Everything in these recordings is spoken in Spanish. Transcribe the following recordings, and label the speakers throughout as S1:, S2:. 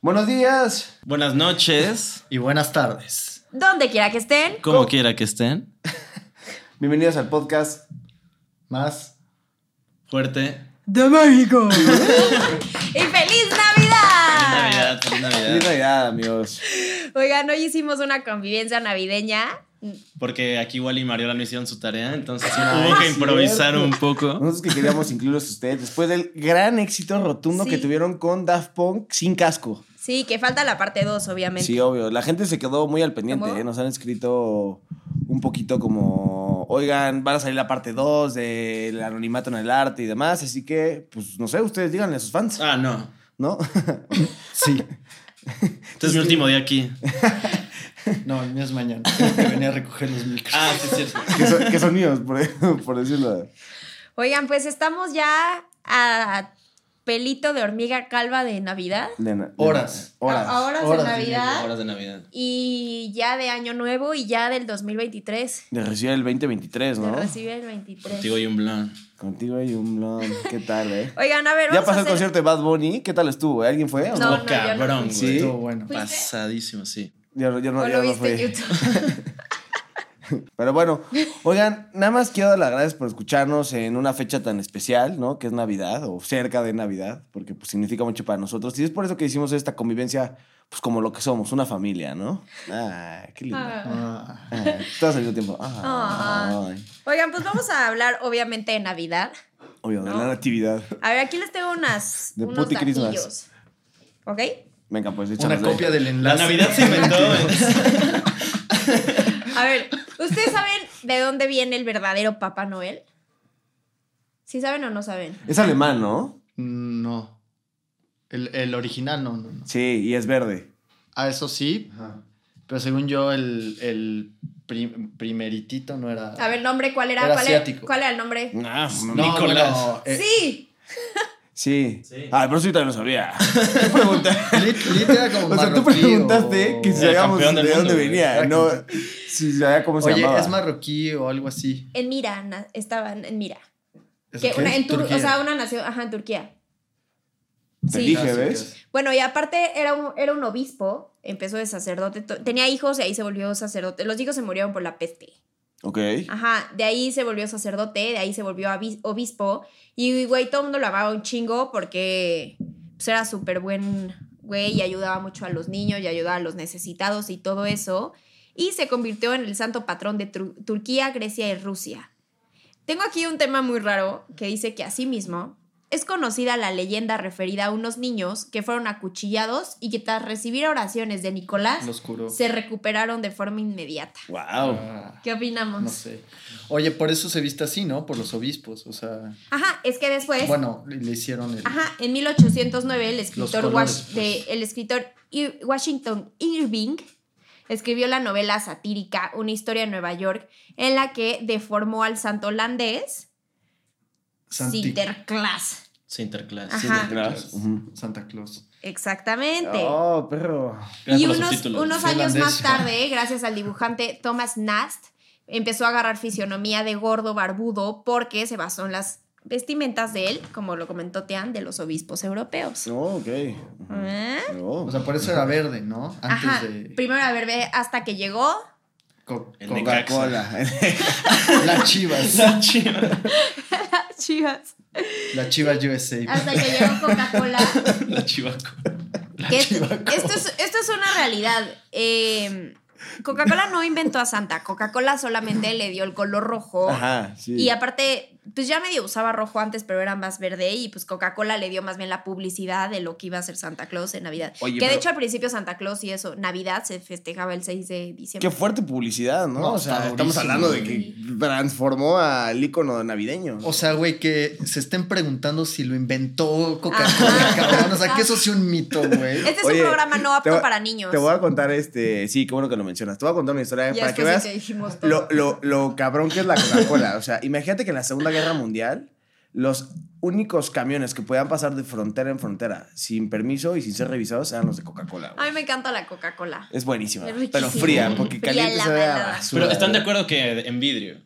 S1: Buenos días.
S2: Buenas noches,
S3: Y buenas tardes.
S4: Donde quiera que estén.
S2: como quiera que estén.
S1: Bienvenidos al podcast.
S3: Más.
S2: Fuerte.
S4: De México. y feliz
S2: Feliz
S4: Ah. Navidad.
S2: Navidad, feliz
S1: Feliz
S2: Navidad.
S1: Navidad, amigos.
S4: Oigan, hoy hicimos una convivencia navideña.
S2: Porque aquí Wally y Mariola no hicieron su tarea, entonces hubo que improvisar
S1: cierto.
S2: un poco.
S1: Nosotros que queríamos incluirlos a ustedes después del gran éxito rotundo
S4: Sí.
S1: que tuvieron con Daft Punk sin casco.
S4: Sí, que falta la parte 2, obviamente.
S1: Sí, obvio. La gente se quedó muy al pendiente.
S4: ¿Cómo?
S1: ¿eh? Nos han escrito un poquito como, oigan, van a salir la parte 2 del anonimato en el arte y demás. Así que, pues, no sé, ustedes díganle a sus fans,
S2: Ah, no.
S1: ¿no?
S3: Sí.
S2: Este es mi último día aquí.
S3: No, el mío es mañana. Tengo que venir a recoger los micros.
S2: Ah, sí, es cierto.
S1: que, son, que son míos, por, por decirlo.
S4: Oigan, pues estamos ya a pelito de hormiga calva de Navidad.
S1: De na- de
S3: Horas.
S1: na- Ah, horas.
S4: A- a horas,
S3: Horas,
S4: de Navidad.
S2: Horas de Navidad.
S4: Y ya de Año Nuevo y ya del 2023.
S1: De recibir el 2023,
S4: Se
S1: ¿no?
S4: recibe el 23.
S2: Contigo y un blon.
S1: Contigo hay un blon. ¿Qué tal, eh?
S4: Oigan, a ver,
S1: Ya
S4: vamos
S1: pasó
S4: a
S1: el
S4: hacer-
S1: concierto de Bad Bunny. ¿Qué tal estuvo? eh? ¿Alguien fue? o
S2: No,
S4: No, no, yo
S2: Oh,
S4: no
S2: cabrón, güey.
S1: fui. Sí.
S3: Estuvo bueno.
S4: Pues-
S2: Pasadísimo, sí.
S1: Yo, yo no,
S4: ¿O
S1: yo
S4: Oh, lo
S1: no
S4: viste en
S1: fui.
S4: YouTube?
S1: Pero bueno, oigan, nada más quiero dar las gracias por escucharnos en una fecha tan especial, ¿no? Que es Navidad o cerca de Navidad, porque pues, significa mucho para nosotros. Y es por eso que hicimos esta convivencia, pues como lo que somos, una familia, ¿no? Ah, qué lindo.
S4: Ah.
S3: Ah,
S1: Ah, todos al mismo tiempo. Ah,
S4: Ah.
S1: ay.
S4: Oigan, pues vamos a hablar obviamente de Navidad.
S1: Obvio, de
S4: No.
S1: la natividad.
S4: A ver, aquí les tengo unas,
S1: De
S4: unos
S1: Puti Christmas.
S4: datillos. ¿Ok?
S1: Venga, pues
S3: una
S1: échanos de-
S3: copia del
S2: La
S3: enlace.
S2: Navidad se inventó. güey.
S4: A ver, ¿ustedes saben de dónde viene el verdadero Papá Noel? ¿Sí saben o no saben?
S1: Es alemán, ¿no?
S3: Mm, No. El, el original, no, no, no.
S1: Sí, y es verde.
S3: Ah, eso sí. Pero según yo, el, el prim- primeritito no era.
S4: A ver, nombre, ¿cuál era?
S3: Era
S4: ¿Cuál,
S3: asiático.
S4: Era, ¿Cuál era el nombre?
S1: Ah,
S3: No,
S1: no.
S3: bueno,
S2: Nicolás.
S3: eh,
S4: sí,
S1: Sí.
S2: Sí.
S1: Ah, pero eso yo también lo sabía. Tú preguntaste-
S3: Lit- Lit era como
S1: o sea, tú
S3: marroquí
S1: preguntaste
S3: o-
S1: que si
S2: El
S1: sabíamos de
S2: campeón del
S1: dónde
S2: mundo, güey.
S1: venía,
S3: Exacto.
S1: no si sabía cómo se
S3: Oye,
S1: llamaba.
S3: es marroquí o algo así.
S4: en Mira, na- estaban en Mira.
S3: ¿Es
S4: Que
S3: qué?
S4: una, en Tur-
S3: Turquía.
S4: o sea, una nación, ajá, en Turquía.
S1: Te
S4: Sí.
S1: dije,
S3: Casi,
S1: ¿ves?
S3: casi.
S4: Bueno, y aparte era un, era un obispo, empezó de sacerdote, to- tenía hijos y ahí se volvió sacerdote. Los hijos se murieron por la peste.
S1: Ok.
S4: Ajá, de ahí se volvió sacerdote, de ahí se volvió abis- obispo. Y, güey, todo el mundo lo amaba un chingo porque pues, era súper buen güey y ayudaba mucho a los niños y ayudaba a los necesitados y todo eso. Y se convirtió en el santo patrón de Tru- Turquía, Grecia y Rusia. Tengo aquí un tema muy raro que dice que asimismo es conocida la leyenda referida a unos niños que fueron acuchillados y que tras recibir oraciones de Nicolás
S3: Los curó.
S4: se recuperaron de forma inmediata.
S1: Wow.
S3: Ah,
S4: ¿Qué opinamos?
S3: no sé. Oye, por eso se viste así, ¿no? Por los obispos. O sea,
S4: Ajá, es que después,
S3: bueno, le le hicieron el.
S4: ajá, en 1809 el escritor,
S3: colores,
S4: Wash- de-
S3: pues.
S4: el escritor Ir- Washington Irving escribió la novela satírica Una historia en Nueva York, en la que deformó al santo holandés
S3: Santi-
S4: Sinterklaas.
S2: Se interclas.
S3: Ah.
S4: Ajá.
S1: Santa Claus. Ujú.
S3: Santa Claus.
S4: Exactamente.
S1: Oh, perro.
S2: Gracias
S4: y
S2: por los
S4: unos,
S2: subtítulos.
S4: unos
S3: Sí,
S4: años
S3: holandés.
S4: más tarde, gracias al dibujante Thomas Nast, empezó a agarrar fisionomía de gordo barbudo porque se basó en las vestimentas de él, como lo comentó Tean, de los obispos europeos.
S1: No, ok. Oh.
S4: ¿Eh?
S1: No.
S3: O sea, por eso era verde, ¿no? Antes
S4: Ajá.
S3: de
S4: Primero la verde hasta que llegó
S3: co-
S2: El
S3: con-
S2: Necaxa.
S1: Coca-Cola.
S3: las Chivas.
S2: La chiva.
S4: Chivas.
S3: La Chivas USA.
S4: Hasta que llegó Coca-Cola.
S2: La chivaco.
S4: que es- esto, es, esto es una realidad. Eh, Coca-Cola no inventó a Santa. Coca-Cola solamente le dio el color rojo.
S1: Ajá, sí.
S4: Y aparte, pues ya medio usaba rojo antes, pero era más verde. Y pues Coca-Cola le dio más bien la publicidad de lo que iba a ser Santa Claus en Navidad.
S1: Oye,
S4: que
S1: pero-
S4: de hecho al principio Santa Claus y eso, Navidad se festejaba el 6 de diciembre.
S1: Qué fuerte publicidad, ¿no?
S3: No,
S1: o sea,
S3: está
S1: estamos
S3: durísimo,
S1: hablando de que transformó al ícono navideño.
S3: O sea, güey, que se estén preguntando si lo inventó Coca-Cola, cabrón. O sea, que eso sí un mito, güey.
S4: Este es
S1: Oye,
S4: un programa no
S1: te
S4: apto
S1: voy-
S4: para niños.
S1: Te voy a contar este. Sí, qué bueno que lo mencionas. Te voy a contar una historia
S4: Ya
S1: para que
S4: después de
S1: veas
S4: que dijimos todo.
S1: lo, lo, lo cabrón que es la Coca-Cola. O sea, imagínate que en la Segunda Guerra Mundial, los únicos camiones que podían pasar de frontera en frontera sin permiso y sin ser revisados eran los de Coca-Cola.
S4: A
S1: güey.
S4: mí me encanta la Coca-Cola.
S1: Es buenísima,
S4: Es riquísima.
S1: pero fría, porque
S4: Fría
S1: caliente
S4: la
S1: se ve a
S4: balada.
S1: basura,
S2: Pero están de
S1: güey.
S2: acuerdo que en vidrio.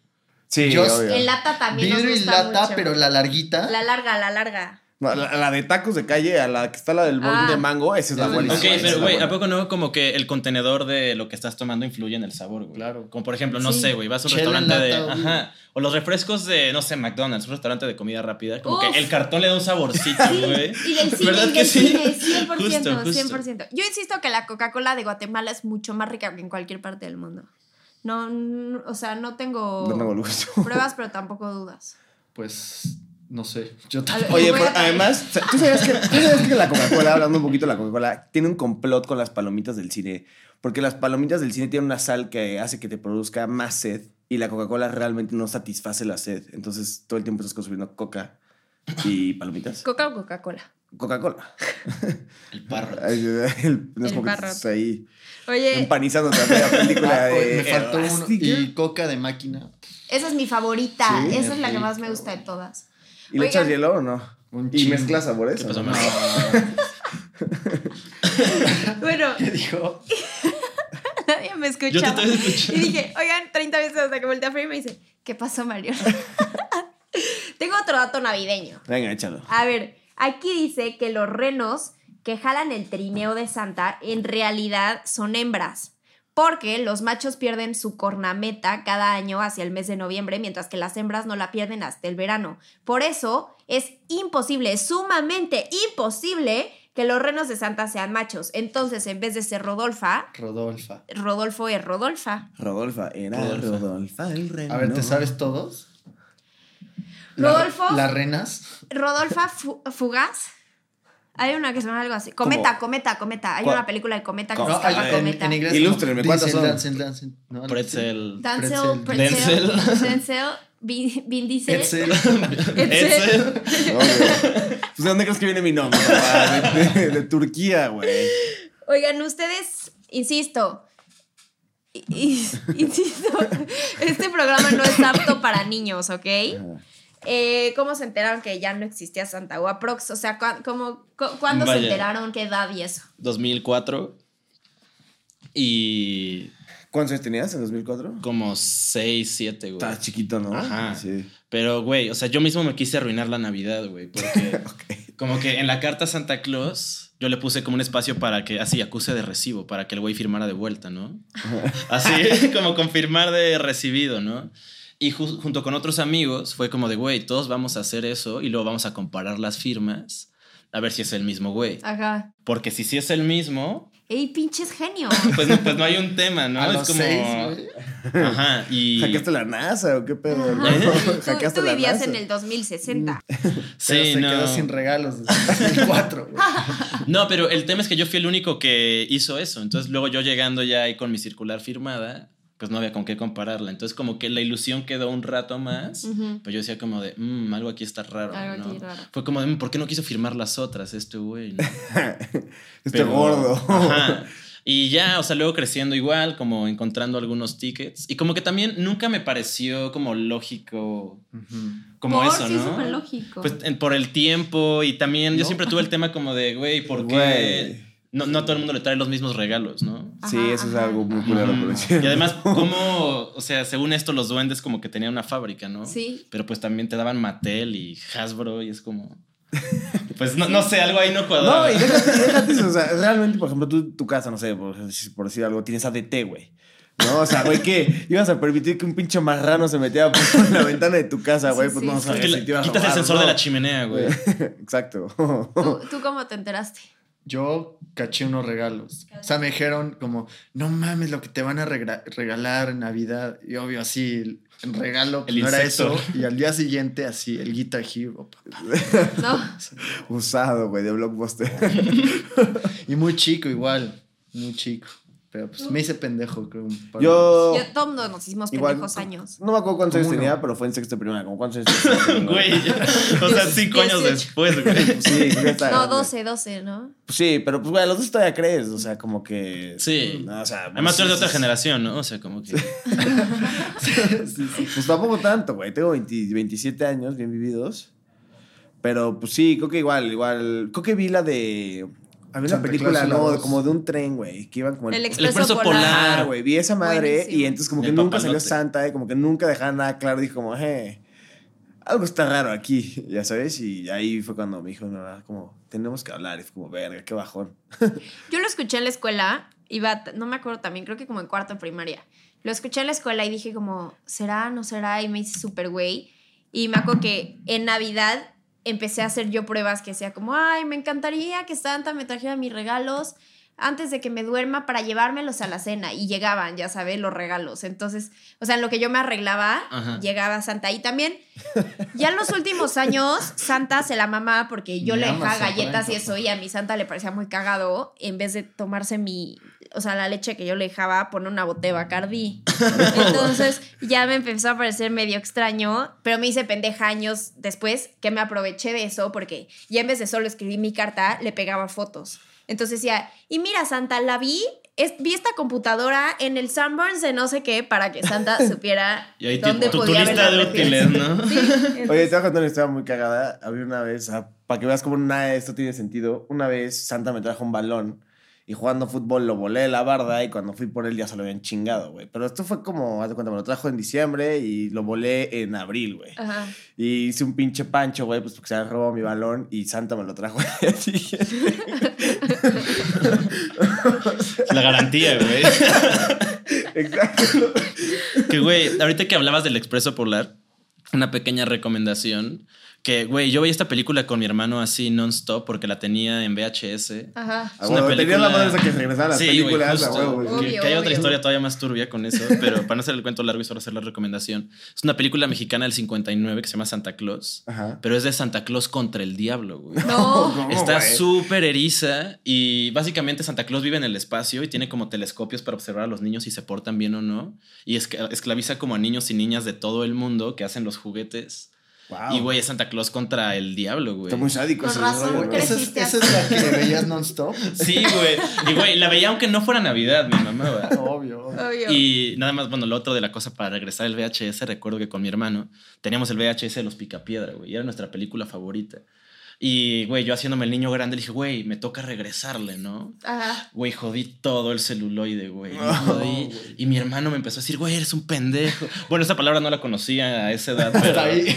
S1: Sí,
S3: Yo-
S1: obvio.
S4: En lata también nos
S3: Vidrio y
S4: gusta
S3: lata,
S4: mucho.
S3: pero la larguita.
S4: La larga, la larga.
S1: No, la, la de tacos de calle a la que está la del boing
S4: Ah.
S1: de mango, esa es la
S3: Ok,
S1: buena.
S2: Ok,
S1: esa es
S2: pero
S1: la
S2: güey,
S1: buena.
S2: ¿a poco no como que el contenedor de lo que estás tomando influye en el sabor, güey?
S3: Claro.
S2: Como por ejemplo, no
S4: Sí.
S2: sé, güey, vas a un
S3: Chela en
S2: restaurante de.
S3: lata, güey.
S2: Ajá. O los refrescos de, no sé, McDonald's, un restaurante de comida rápida. Como
S4: Uf.
S2: que el cartón le da un saborcito, güey.
S4: Y del cine,
S2: ¿Verdad
S4: y
S2: que
S4: del
S2: sí?
S4: cine, 100%,
S2: Justo, justo.
S4: 100%. Yo insisto que la Coca-Cola de Guatemala es mucho más rica que en cualquier parte del mundo. No, n- o sea, no tengo
S1: No tengo luz.
S4: pruebas, pero tampoco dudas.
S3: Pues no sé. Yo
S4: A ver,
S3: tampoco.
S1: Oye,
S4: Voy
S1: pero
S4: a-
S1: además, ¿tú sabías, que, tú sabías que la Coca-Cola, hablando un poquito de la Coca-Cola, tiene un complot con las palomitas del cine? Porque las palomitas del cine tienen una sal que hace que te produzca más sed y la Coca-Cola realmente no satisface la sed. Entonces, todo el tiempo estás consumiendo coca y palomitas.
S4: Coca o Coca-Cola.
S1: Coca-Cola.
S2: El parro.
S1: Ay, el- No es
S4: El
S1: como que
S4: barro.
S1: estés ahí
S4: Oye,
S1: empanizándote a la película
S3: Eh. Ah,
S1: de...
S3: me faltó uno.
S1: Elástica.
S3: Y coca de máquina.
S4: esa es mi favorita.
S1: Sí,
S4: esa es la que más me
S3: rico.
S4: gusta de todas.
S1: ¿Y le echas
S4: Oigan.
S1: hielo o no?
S3: Un
S1: ¿Y
S3: chingo.
S1: mezclas sabores?
S2: ¿Qué
S1: o
S2: pasó,
S1: no?
S2: Mar?
S4: Bueno,
S3: ¿Qué dijo?
S4: nadie me
S2: Yo te
S4: escuchaba.
S2: estoy escuchando.
S4: Y dije, oigan, 30 veces hasta que volteé a Fer y me dice, ¿qué pasó, Mario? Tengo otro dato navideño.
S1: Venga, échalo.
S4: A ver, aquí dice que los renos que jalan el trineo de Santa en realidad son hembras, porque los machos pierden su cornameta cada año hacia el mes de noviembre, mientras que las hembras no la pierden hasta el verano. Por eso es imposible, sumamente imposible que los renos de Santa sean machos. Entonces, en vez de ser Rodolfa,
S3: Rodolfa.
S4: Rodolfo es Rodolfa.
S1: Rodolfa, era
S2: Rodolfa.
S1: Rodolfa, el reno.
S3: A ver, ¿te sabes todos? La-
S4: Rodolfo.
S3: Las renas.
S4: Rodolfa Fu- Fugaz. Hay una que se llama algo así. Cometa,
S1: ¿Cómo?
S4: cometa, cometa. Hay
S1: ¿Cuál?
S4: una película de cometa que
S1: No,
S4: se
S1: hay-
S4: llama
S1: en-
S4: Cometa.
S3: en inglés.
S1: Ilústrenme, ¿cuántas
S3: Diesel,
S1: son?
S3: Dancing, dancing. No,
S2: Pretzel. Pretzel.
S4: Denzel, Pretzel, Denzel, Vin, Vin Diesel.
S3: Pretzel.
S4: Edsel.
S2: Edsel.
S1: Obvio. Pues, ¿De dónde crees que viene mi nombre? papá? De, de- de Turquía, güey.
S4: Oigan, ustedes, insisto, i- i- insisto, este programa no es apto para niños, ¿ok? Eh, ¿Cómo se enteraron que ya no existía Santa o aprox? O sea, cua- como, cu- ¿cuándo se
S2: Vaya.
S4: enteraron qué edad y eso?
S2: 2004. Y
S1: ¿Cuántos años tenías en 2004?
S2: como 6, 7, güey.
S1: Estabas chiquito, ¿no?
S2: Ajá.
S1: Sí.
S2: Pero, güey, o sea, yo mismo me quise arruinar la Navidad, güey. Porque como que en la carta a Santa Claus yo le puse como un espacio para que, así, acuse de recibo, para que el güey firmara de vuelta, ¿no? Así, como confirmar de recibido, ¿no? Y ju- junto con otros amigos fue como de, güey, todos vamos a hacer eso y luego vamos a comparar las firmas a ver si es el mismo güey.
S4: Ah. Ajá.
S2: Porque si sí es el mismo,
S4: ¡Ey, pinches genio!
S2: pues no, pues no hay un tema, ¿no?
S3: A
S2: es
S3: los
S2: como...
S3: seis, güey.
S2: Ajá, y...
S1: ¿Hackeaste la NASA o qué pedo?
S4: Ajá. ¿Eh?
S1: ¿No?
S4: Tú,
S1: ¿Hackeaste
S4: tú
S1: la
S4: vivías
S1: NASA?
S4: en el 2060.
S2: Sí,
S3: Pero se
S2: no.
S3: quedó sin regalos desde 2004. güey.
S2: No, pero el tema es que yo fui el único que hizo eso. Entonces, luego yo llegando ya ahí con mi circular firmada, pues no había con qué compararla. Entonces, como que la ilusión quedó un rato más.
S4: Ujú.
S2: Pero yo decía como de, "Mm, algo aquí está raro.
S4: Algo
S2: Mm. ¿no?
S4: aquí raro.
S2: Fue como de, "Mm, ¿por qué no quiso firmar las otras este güey? no?"
S1: Este
S2: Pero-
S1: gordo.
S2: Ajá. Y ya, o sea, luego creciendo igual, como encontrando algunos tickets. Y como que también nunca me pareció como lógico, como
S4: Por
S2: eso,
S4: sí,
S2: ¿no?
S4: súper lógico.
S2: Pues en- por el tiempo y también yo
S3: ¿No?
S2: siempre tuve el tema como de, güey, ¿por qué
S1: Pues, Güey.
S2: no, no a todo el mundo le trae los mismos regalos, no?
S1: Sí,
S4: Ajá,
S1: eso es
S4: ajá.
S1: algo muy culero,
S2: Ujú.
S1: pero pues, sí.
S2: Y además, como, o sea, según esto, los duendes como que tenían una fábrica, ¿no?
S4: Sí.
S2: Pero pues también te daban Mattel y Hasbro y es como... Pues no, no sé, algo ahí no cuadraba.
S1: No, y déjate, y déjate eso, O sea, realmente, por ejemplo, tú, tu casa, no sé, por, por decir algo, tienes ADT, güey. No, o sea, güey, ¿qué? ¿Ibas a permitir que un pinche marrano se metiera por la ventana de tu casa, güey?
S4: Sí,
S1: Pues
S4: sí,
S1: no, o
S4: sí.
S1: sea,
S2: Es que
S1: si
S2: le-
S1: te ibas a
S2: quitas el
S1: robar,
S2: sensor de
S1: no.
S2: la chimenea, güey.
S1: Exacto.
S4: ¿Tú, tú cómo te enteraste?
S3: Yo caché unos regalos. O sea, me dijeron como, no mames lo que te van a regra- regalar en Navidad. Y obvio, así, el- el regalo pues,
S2: El
S3: no era
S2: insecto.
S3: eso. Y al día siguiente, así, el Guitar Hero. pa.
S4: No,
S1: Usado, güey, de blockbuster.
S3: Y muy chico igual, muy chico. Pero pues me hice pendejo, creo. un par de
S1: Yo.
S4: yo todos nos hicimos
S1: Igual,
S4: pendejos años.
S1: No me acuerdo cuántos
S3: Como
S1: años
S3: uno.
S1: tenía, pero fue en sexto de primaria. como cuántos años tenía?
S2: Güey, o sea, cinco años
S4: 18.
S2: después, güey.
S1: Sí, creo que estaba
S4: No,
S1: grande.
S4: 12, 12, ¿no?
S1: Sí, pero pues, güey, los dos todavía crees. O sea, como que.
S2: Sí.
S1: No, o sea, pues,
S2: Además, tú eres de otra
S1: sí, sí,
S2: generación, ¿no? O sea, como que...
S3: veces. Sí, sí.
S1: Pues tampoco tanto, güey. Tengo 20 27 años bien vividos. Pero pues sí, creo que igual, igual. Creo que vi la de. Había una
S3: Santa
S1: película,
S3: Claus y la
S1: no,
S3: dos.
S1: como de un tren, güey, que iban como...
S4: El
S2: El expreso
S4: expreso
S2: polar.
S4: polar.
S1: Ah, güey, vi esa madre
S4: Buenísimo.
S1: y entonces como que
S2: El
S1: nunca salió
S2: papalote.
S1: Santa, eh, como que nunca dejaba nada claro, dijo como, eh, algo está raro aquí, ya sabes, y ahí fue cuando me dijo, no, como, tenemos que hablar, y fue como, verga, qué bajón.
S4: Yo lo escuché en la escuela, iba, no me acuerdo también, creo que como en cuarto de primaria. Lo escuché en la escuela y dije como, ¿será? ¿No será? Y me hice súper güey. Y me acuerdo que en Navidad empecé a hacer yo pruebas que sea como, ay, me encantaría que Santa me trajera mis regalos antes de que me duerma para llevármelos a la cena. Y llegaban, ya sabes, los regalos. Entonces, o sea, en lo que yo me arreglaba,
S2: Ajá.
S4: llegaba Santa. Y también, ya en los últimos años, Santa se la mamaba porque yo
S3: Me
S4: le
S3: ama
S4: dejaba
S3: Santa,
S4: galletas y
S3: entonces.
S4: eso, y a mi Santa le parecía muy cagado, en vez de tomarse mi, o sea, la leche que yo le dejaba, poner una botella Bacardi. Entonces ya me empezó a parecer medio extraño, pero me hice pendeja años después que me aproveché de eso porque ya en vez de solo escribir mi carta, le pegaba fotos. Entonces decía, y mira Santa, la vi, es- vi esta computadora en el Sanborns de no sé qué para que Santa supiera
S2: Y ahí tu,
S4: dónde
S2: tu, tu
S4: podía haber
S2: lista de
S4: las refieres".
S2: útiles, ¿no?
S1: Oye, te voy a contar una historia muy cagada. Había una vez, ah, para que veas cómo nada de esto tiene sentido, una vez Santa me trajo un balón y jugando fútbol lo volé de la barda y cuando fui por él ya se lo habían chingado, güey. Pero esto fue como, haz de cuenta, me lo trajo en diciembre y lo volé en abril, güey.
S4: Ajá.
S1: Y hice un pinche pancho, güey, pues porque se había robado mi balón y Santa me lo trajo el día siguiente.
S2: La garantía, güey.
S1: Exacto.
S2: Que, güey, ahorita que hablabas del Expreso Polar, una pequeña recomendación. Que, güey, yo veía esta película con mi hermano así non-stop porque la tenía en VHS.
S4: Ajá.
S1: Ah, bueno, tenía la madre esa que regresaba a las
S2: Sí, güey,
S1: películas,
S2: justo.
S1: a huevo, güey.
S4: Obvio,
S2: que, que hay otra
S4: obvio.
S2: historia todavía más turbia con eso, pero para no hacer el cuento largo y solo hacer la recomendación. Es una película mexicana del 59 que se llama Santa Claus,
S1: Ajá.
S2: pero es de Santa Claus contra el diablo, güey.
S4: No.
S1: ¿Cómo,
S2: Está
S1: güey?
S2: súper eriza y básicamente Santa Claus vive en el espacio y tiene como telescopios para observar a los niños si se portan bien o no. Y esca- esclaviza como a niños y niñas de todo el mundo que hacen los juguetes.
S1: Wow.
S2: Y güey, es Santa Claus contra el diablo, güey.
S1: Está muy sádico
S4: Con
S1: ese
S4: razón,
S1: rollo, güey.
S3: Esa
S4: ¿crees?
S3: es, esa es la que veías non-stop.
S2: Sí, güey. Y güey, la veía aunque no fuera Navidad, mi mamá. güey.
S3: Obvio. obvio.
S4: Obvio.
S2: Y nada más, bueno, lo otro de la cosa para regresar al VHS, recuerdo que con mi hermano teníamos el VHS de Los Picapiedra, güey, y era nuestra película favorita. Y, güey, yo haciéndome el niño grande, le dije, güey, me toca regresarle, ¿no?
S4: Ajá.
S2: Güey, jodí todo el celuloide, güey.
S1: No,
S2: jodí. Y mi hermano me empezó a decir, güey, eres un pendejo. Bueno, esa palabra no la conocía a esa edad, pero,
S3: Hasta ahí.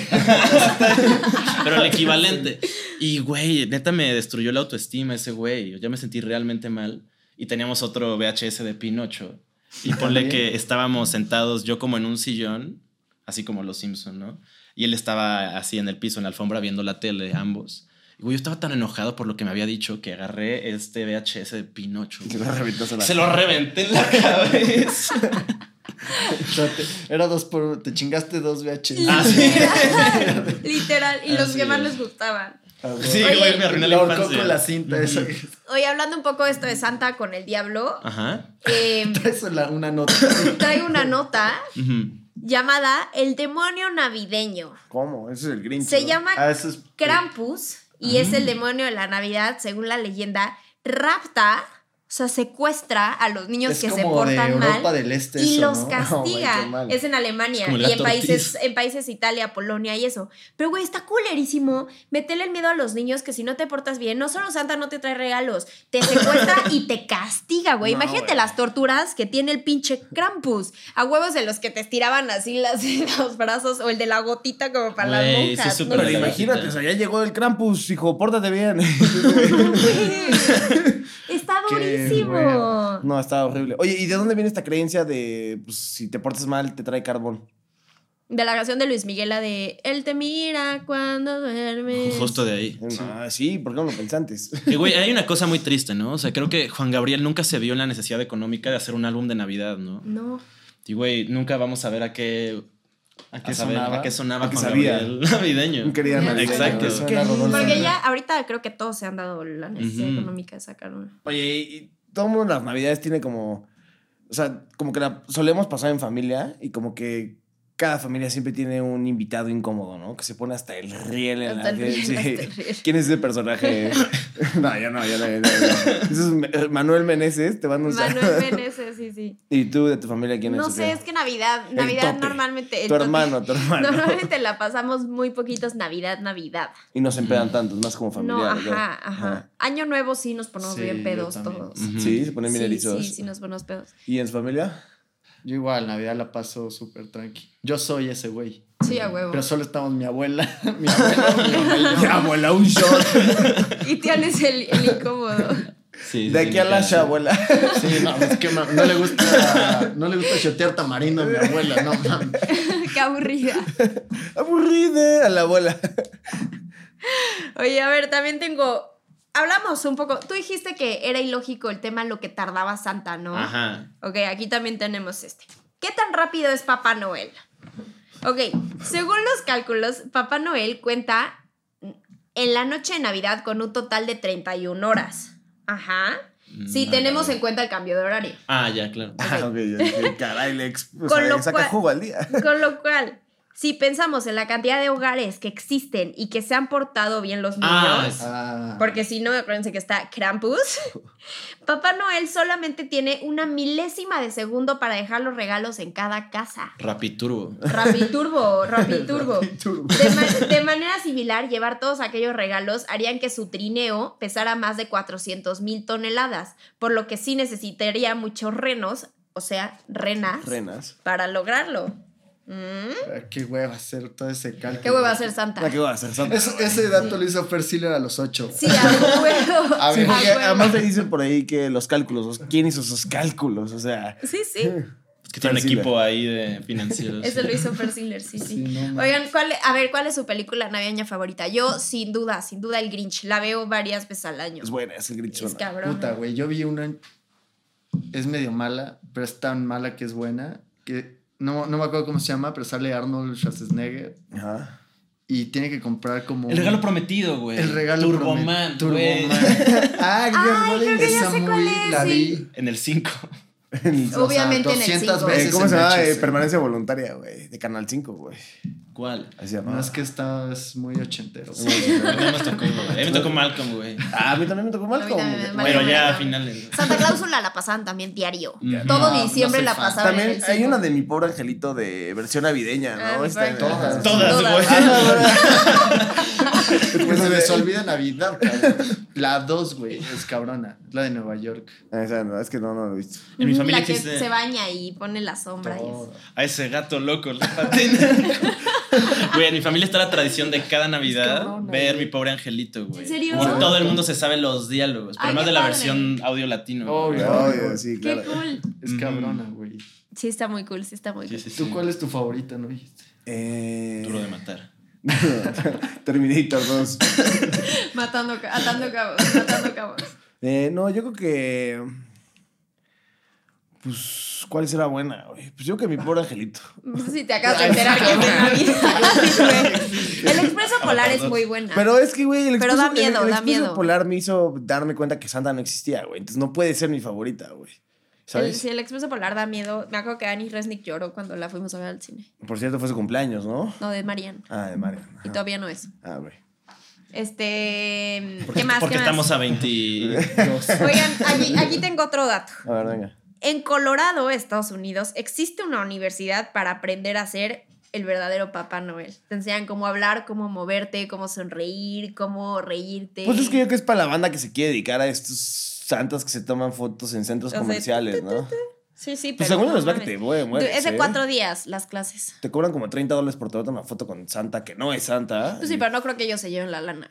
S2: pero el equivalente. Y, güey, neta me destruyó la autoestima ese güey. Ya me sentí realmente mal. Y teníamos otro VHS de Pinocho. Y ponle que estábamos sentados yo como en un sillón, así como los Simpson, ¿no? Y él estaba así en el piso, en la alfombra, viendo la tele, ambos. Y, güey, yo estaba tan enojado por lo que me había dicho que agarré este VHS de Pinocho.
S1: Se lo reventó, se la-
S2: Se lo reventé en la cabeza.
S3: O sea, te- era dos por. Te chingaste dos VHS.
S2: Ah, sí.
S4: Literal. Literal. Y los
S2: Así
S4: que más
S2: es.
S4: les gustaban.
S3: Ah,
S2: Sí,
S4: Oye,
S2: güey, me arruiné la
S3: Lo ahorcó
S2: infancia.
S3: con la cinta esa.
S4: Oye, hablando un poco de esto de Santa con el diablo,
S2: Ah. Ajá.
S4: eh,
S3: Eso la, una nota.
S4: traigo una nota
S2: Ujú.
S4: llamada El demonio navideño.
S1: ¿Cómo? Eso es el Grinch.
S4: Se
S1: ¿no?
S4: llama
S3: Ah, eso es.
S4: Krampus y es el demonio de la Navidad, según la leyenda, rapta, o sea, secuestra a los niños
S3: Es
S4: que se
S3: como de
S4: portan
S3: Europa
S4: mal.
S3: del Este.
S4: y
S3: eso,
S4: los
S3: ¿no?
S4: castiga.
S3: No, güey, qué mal.
S4: es en Alemania
S2: Es como el
S4: y en
S2: gato
S4: países,
S2: Ortiz.
S4: en países Italia, Polonia y eso. Pero, güey, está culerísimo meterle el miedo a los niños que si no te portas bien, no solo Santa no te trae regalos, te secuestra y te castiga, güey.
S1: No,
S4: Imagínate
S1: güey.
S4: las torturas que tiene el pinche Krampus. A huevos de los que te estiraban así las, los brazos o el de la gotita como para
S2: Güey, sí,
S4: las monjas.
S2: súper
S4: ¿no?
S1: Pero
S2: la
S1: imagínate,
S2: gatita.
S1: o sea, ya llegó el Krampus, hijo, pórtate bien.
S4: Está
S3: Qué
S4: durísimo.
S3: hueva.
S1: no, está horrible. Oye, ¿y de dónde viene esta creencia de pues, si te portas mal, te trae carbón?
S4: De la canción de Luis Miguel, la de Él te mira cuando duermes.
S3: Pues.
S2: Justo de ahí.
S1: Ah, sí, ¿por qué no lo pensantes?
S2: Y, güey, hay una cosa muy triste, ¿no? O sea, creo que Juan Gabriel nunca se vio en la necesidad económica de hacer un álbum de Navidad, ¿no?
S4: No.
S2: Y, güey, nunca vamos a ver a qué.
S3: ¿A qué
S2: saber-
S3: sonaba?
S2: a qué sonaba
S1: A qué
S2: Juan
S1: sabía.
S2: Gabriel navideño.
S1: Un querido
S4: Exacto.
S1: navideño.
S2: Exacto.
S1: Suena
S3: Qué lindo.
S1: Rodolfo.
S4: Porque ya ahorita creo que todos se han dado la necesidad
S2: Ujú.
S4: económica de sacar una.
S1: Oye, y, y todo el mundo en las navidades tiene como. O sea, como que la solemos pasar en familia y como que cada familia siempre tiene un invitado incómodo, ¿no? Que se pone hasta el riel en
S4: Hasta
S1: la
S4: el riel,
S1: sí.
S4: hasta el riel.
S1: ¿Quién es ese personaje? no, yo no, yo no. yo no, yo no. Ese es Me- Manuel Meneses, te mando un
S4: Manuel
S1: saludo.
S4: Meneses, sí, sí.
S1: ¿Y tú de tu familia quién es?
S4: No
S1: o qué?
S4: sé, es que Navidad,
S1: El
S4: Navidad
S1: tope.
S4: normalmente. el
S1: Tu
S4: tope.
S1: hermano, tu hermano.
S4: Normalmente la pasamos muy poquitos Navidad, Navidad.
S1: Y no se empedan tanto, es más como
S4: no,
S1: familiar. Ah.
S4: ajá,
S1: ya.
S4: ajá, Año nuevo sí nos ponemos
S3: Sí,
S4: bien
S3: yo
S4: pedos
S3: también.
S4: todos.
S2: Ujú.
S1: Sí, se ponen bien
S4: Sí,
S1: erizos.
S4: sí, sí nos ponemos pedos.
S1: ¿Y en su familia?
S3: Yo igual, Navidad la paso súper tranqui. Yo soy ese güey.
S4: Sí, a huevo.
S3: Pero solo estamos mi abuela, mi abuela, mi abuela. y yo.
S1: Ya, abuela, un shot.
S4: Y tienes el, el incómodo.
S2: Sí,
S1: De aquí a la
S2: la
S1: abuela.
S3: Sí, no, es que ma- no le gusta, no le gusta shotear tamarindo a mi abuela, no mames.
S4: Qué aburrida.
S1: Aburrida a la abuela.
S4: Oye, a ver, también tengo. Hablamos un poco. Tú dijiste que era ilógico el tema en lo que tardaba Santa, ¿no?
S2: Ajá.
S4: Ok, aquí también tenemos este. ¿Qué tan rápido es Papá Noel? Ok, según los cálculos, Papá Noel cuenta en la noche de Navidad con un total de 31 horas. Ajá. Si
S2: Mm,
S4: tenemos
S2: ok.
S4: en cuenta el cambio de horario.
S2: Ah, ya, claro.
S1: Ah, ok, ya dije, caray, le ex- o
S4: Con
S1: sea,
S4: lo
S1: le saca
S4: cual-
S1: jugo al día.
S4: Con lo cual, si pensamos en la cantidad de hogares que existen y que se han portado bien los niños,
S2: Ah,
S3: Ah,
S4: porque si no, acuérdense que está Krampus, Papá Noel solamente tiene una milésima de segundo para dejar los regalos en cada casa.
S2: Rapiturbo.
S4: Rapiturbo, Rapiturbo.
S3: turbo.
S4: De, ma- de manera similar, llevar todos aquellos regalos harían que su trineo pesara más de 400 mil toneladas, por lo que sí necesitaría muchos renos, o sea, renas,
S1: Renas.
S4: para lograrlo. Mm,
S3: ah, Qué hueva hacer todo ese cálculo.
S4: ¿Qué hueva hacer Santa?
S1: Ah, ¿Qué voy a hacer? Santa?
S3: Es- ese dato lo hizo Fer Siller a los ocho.
S4: Sí, a huevo.
S3: A ver,
S1: Sí,
S4: a
S1: porque
S4: Ah, huevo.
S1: además te dicen por ahí que los cálculos, ¿quién hizo esos cálculos? O sea,
S4: Sí, sí.
S2: Es que tiene un
S1: Percibe.
S2: equipo ahí de financieros.
S4: Eso lo hizo Persiller, sí, sí.
S3: Sí, no mames.
S4: Oigan, ¿cuál, a ver, ¿cuál es su película navideña favorita? Yo, sin duda, sin duda, el Grinch. La veo varias veces al año.
S1: es buena, es el grito.
S4: Es
S1: suena.
S4: cabrón.
S3: Puta, güey. Yo vi una. Es medio mala, pero es tan mala que es buena. Que no, no me acuerdo cómo se llama, pero sale Arnold Schwarzenegger
S1: Ajá.
S3: y tiene que comprar como.
S2: El
S3: un-
S2: regalo prometido, güey.
S3: El regalo
S2: Turboman,
S3: promet-
S2: güey.
S3: Turboman. Ah,
S4: Ay, creo que ya
S3: esa
S4: sé cuál
S3: movie
S4: es,
S3: la
S4: sí.
S3: vi.
S2: En el 5.
S4: Obviamente en el
S3: 200
S4: cinco.
S1: Eh,
S3: veces
S1: ¿Cómo
S3: en
S1: se llama? Eh,
S3: VHS.
S1: permanencia voluntaria, güey. De Canal 5, güey.
S2: ¿Cuál?
S1: Así se llamaba.
S3: No, es que está es muy ochentero.
S2: A mí no me tocó, güey. A mí me tocó Malcolm, güey.
S1: Ah, a mí también me tocó mal.
S4: A mí también me-
S2: Pero
S4: Malcolm,
S2: ya a
S4: Malcolm.
S2: finales.
S4: Santa Cláusula la pasaban también diario.
S2: Ujú.
S4: Todo
S3: No,
S4: diciembre
S3: no
S4: la
S3: soy fan.
S4: pasaban. en
S1: También
S4: el
S1: hay
S4: cinco.
S1: una de mi pobre angelito de versión navideña,
S4: Ah,
S1: ¿no?
S4: Mi
S1: Está-
S4: Pobre Angelito.
S1: Todas.
S2: Todas,
S4: Todas.
S2: güey.
S3: Porque Pues se les olvida Navidad, cabrón. La 2, güey, es cabrona. La de Nueva York.
S1: Ah, esa no, es que no, no lo he visto.
S2: En mi
S4: Ujú,
S2: familia
S4: la que
S2: existe-
S4: se baña y pone la sombra. y eso.
S2: A ese gato loco, le patinan. Güey, en mi familia está la tradición de cada Navidad
S3: cabrón,
S2: ver
S3: güey.
S2: mi pobre angelito, güey.
S4: ¿En serio?
S2: Y todo el mundo se sabe los diálogos, pero
S4: Ay,
S2: más
S4: qué
S2: de la
S4: padre.
S2: versión audio latino. güey.
S3: Obvio.
S1: Obvio, sí,
S4: Qué
S1: claro.
S4: cool.
S3: Es
S2: Ujú.
S3: cabrona, güey.
S4: Sí, está muy cool, sí está muy
S2: Sí,
S4: cool.
S2: sí, sí.
S3: ¿Tú cuál es tu favorita, no dijiste?
S1: Eh...
S2: Duro de matar.
S1: Terminator 2.
S4: Matando, ca- atando cabos, atando cabos.
S1: Eh, no, yo creo que. Pues, ¿cuál será buena, güey? Pues yo creo que mi pobre angelito.
S4: No sé si te acabas de enterar que es de Navidad. güey. el expreso polar es muy buena.
S1: Pero es que, güey, el
S4: Ah. Pero
S1: Expreso-
S4: da
S1: el-
S4: miedo,
S1: el
S4: da
S1: Expreso
S4: miedo.
S1: polar me hizo darme cuenta que Santa no existía, güey. Entonces no puede ser mi favorita, güey.
S4: el,
S1: ¿Sabes?
S4: sí, el expreso polar da miedo. Me acuerdo que Annie Resnick lloró cuando la fuimos a ver al cine.
S1: Por cierto, fue su cumpleaños, ¿no?
S4: No, de Marian.
S1: Ah, de Marian.
S4: Y todavía no es.
S1: Ah, güey.
S4: Este.
S2: Porque,
S4: ¿Qué más?
S2: porque
S4: ¿Qué más?
S2: estamos a 20.
S3: Dos.
S4: Oigan, aquí, aquí tengo otro dato.
S1: A ver, venga.
S4: En Colorado, Estados Unidos, existe una universidad para aprender a ser el verdadero Papá Noel. Te enseñan cómo hablar, cómo moverte, cómo sonreír, cómo reírte.
S1: Pues es que yo creo que es para la banda que se quiere dedicar a estos santas que se toman fotos en centros
S4: O sea,
S1: comerciales, ¿no?
S4: Sí, sí,
S1: Pues
S4: pero
S1: según
S4: no
S1: les va que
S4: mames.
S1: te mueve, mueres,
S4: Es de
S1: ¿eh?
S4: cuatro días las clases.
S1: Te cobran como 30 dólares por tomarte una foto con Santa que no es Santa.
S4: Pues sí,
S1: y-
S4: pero no creo que ellos se lleven la lana.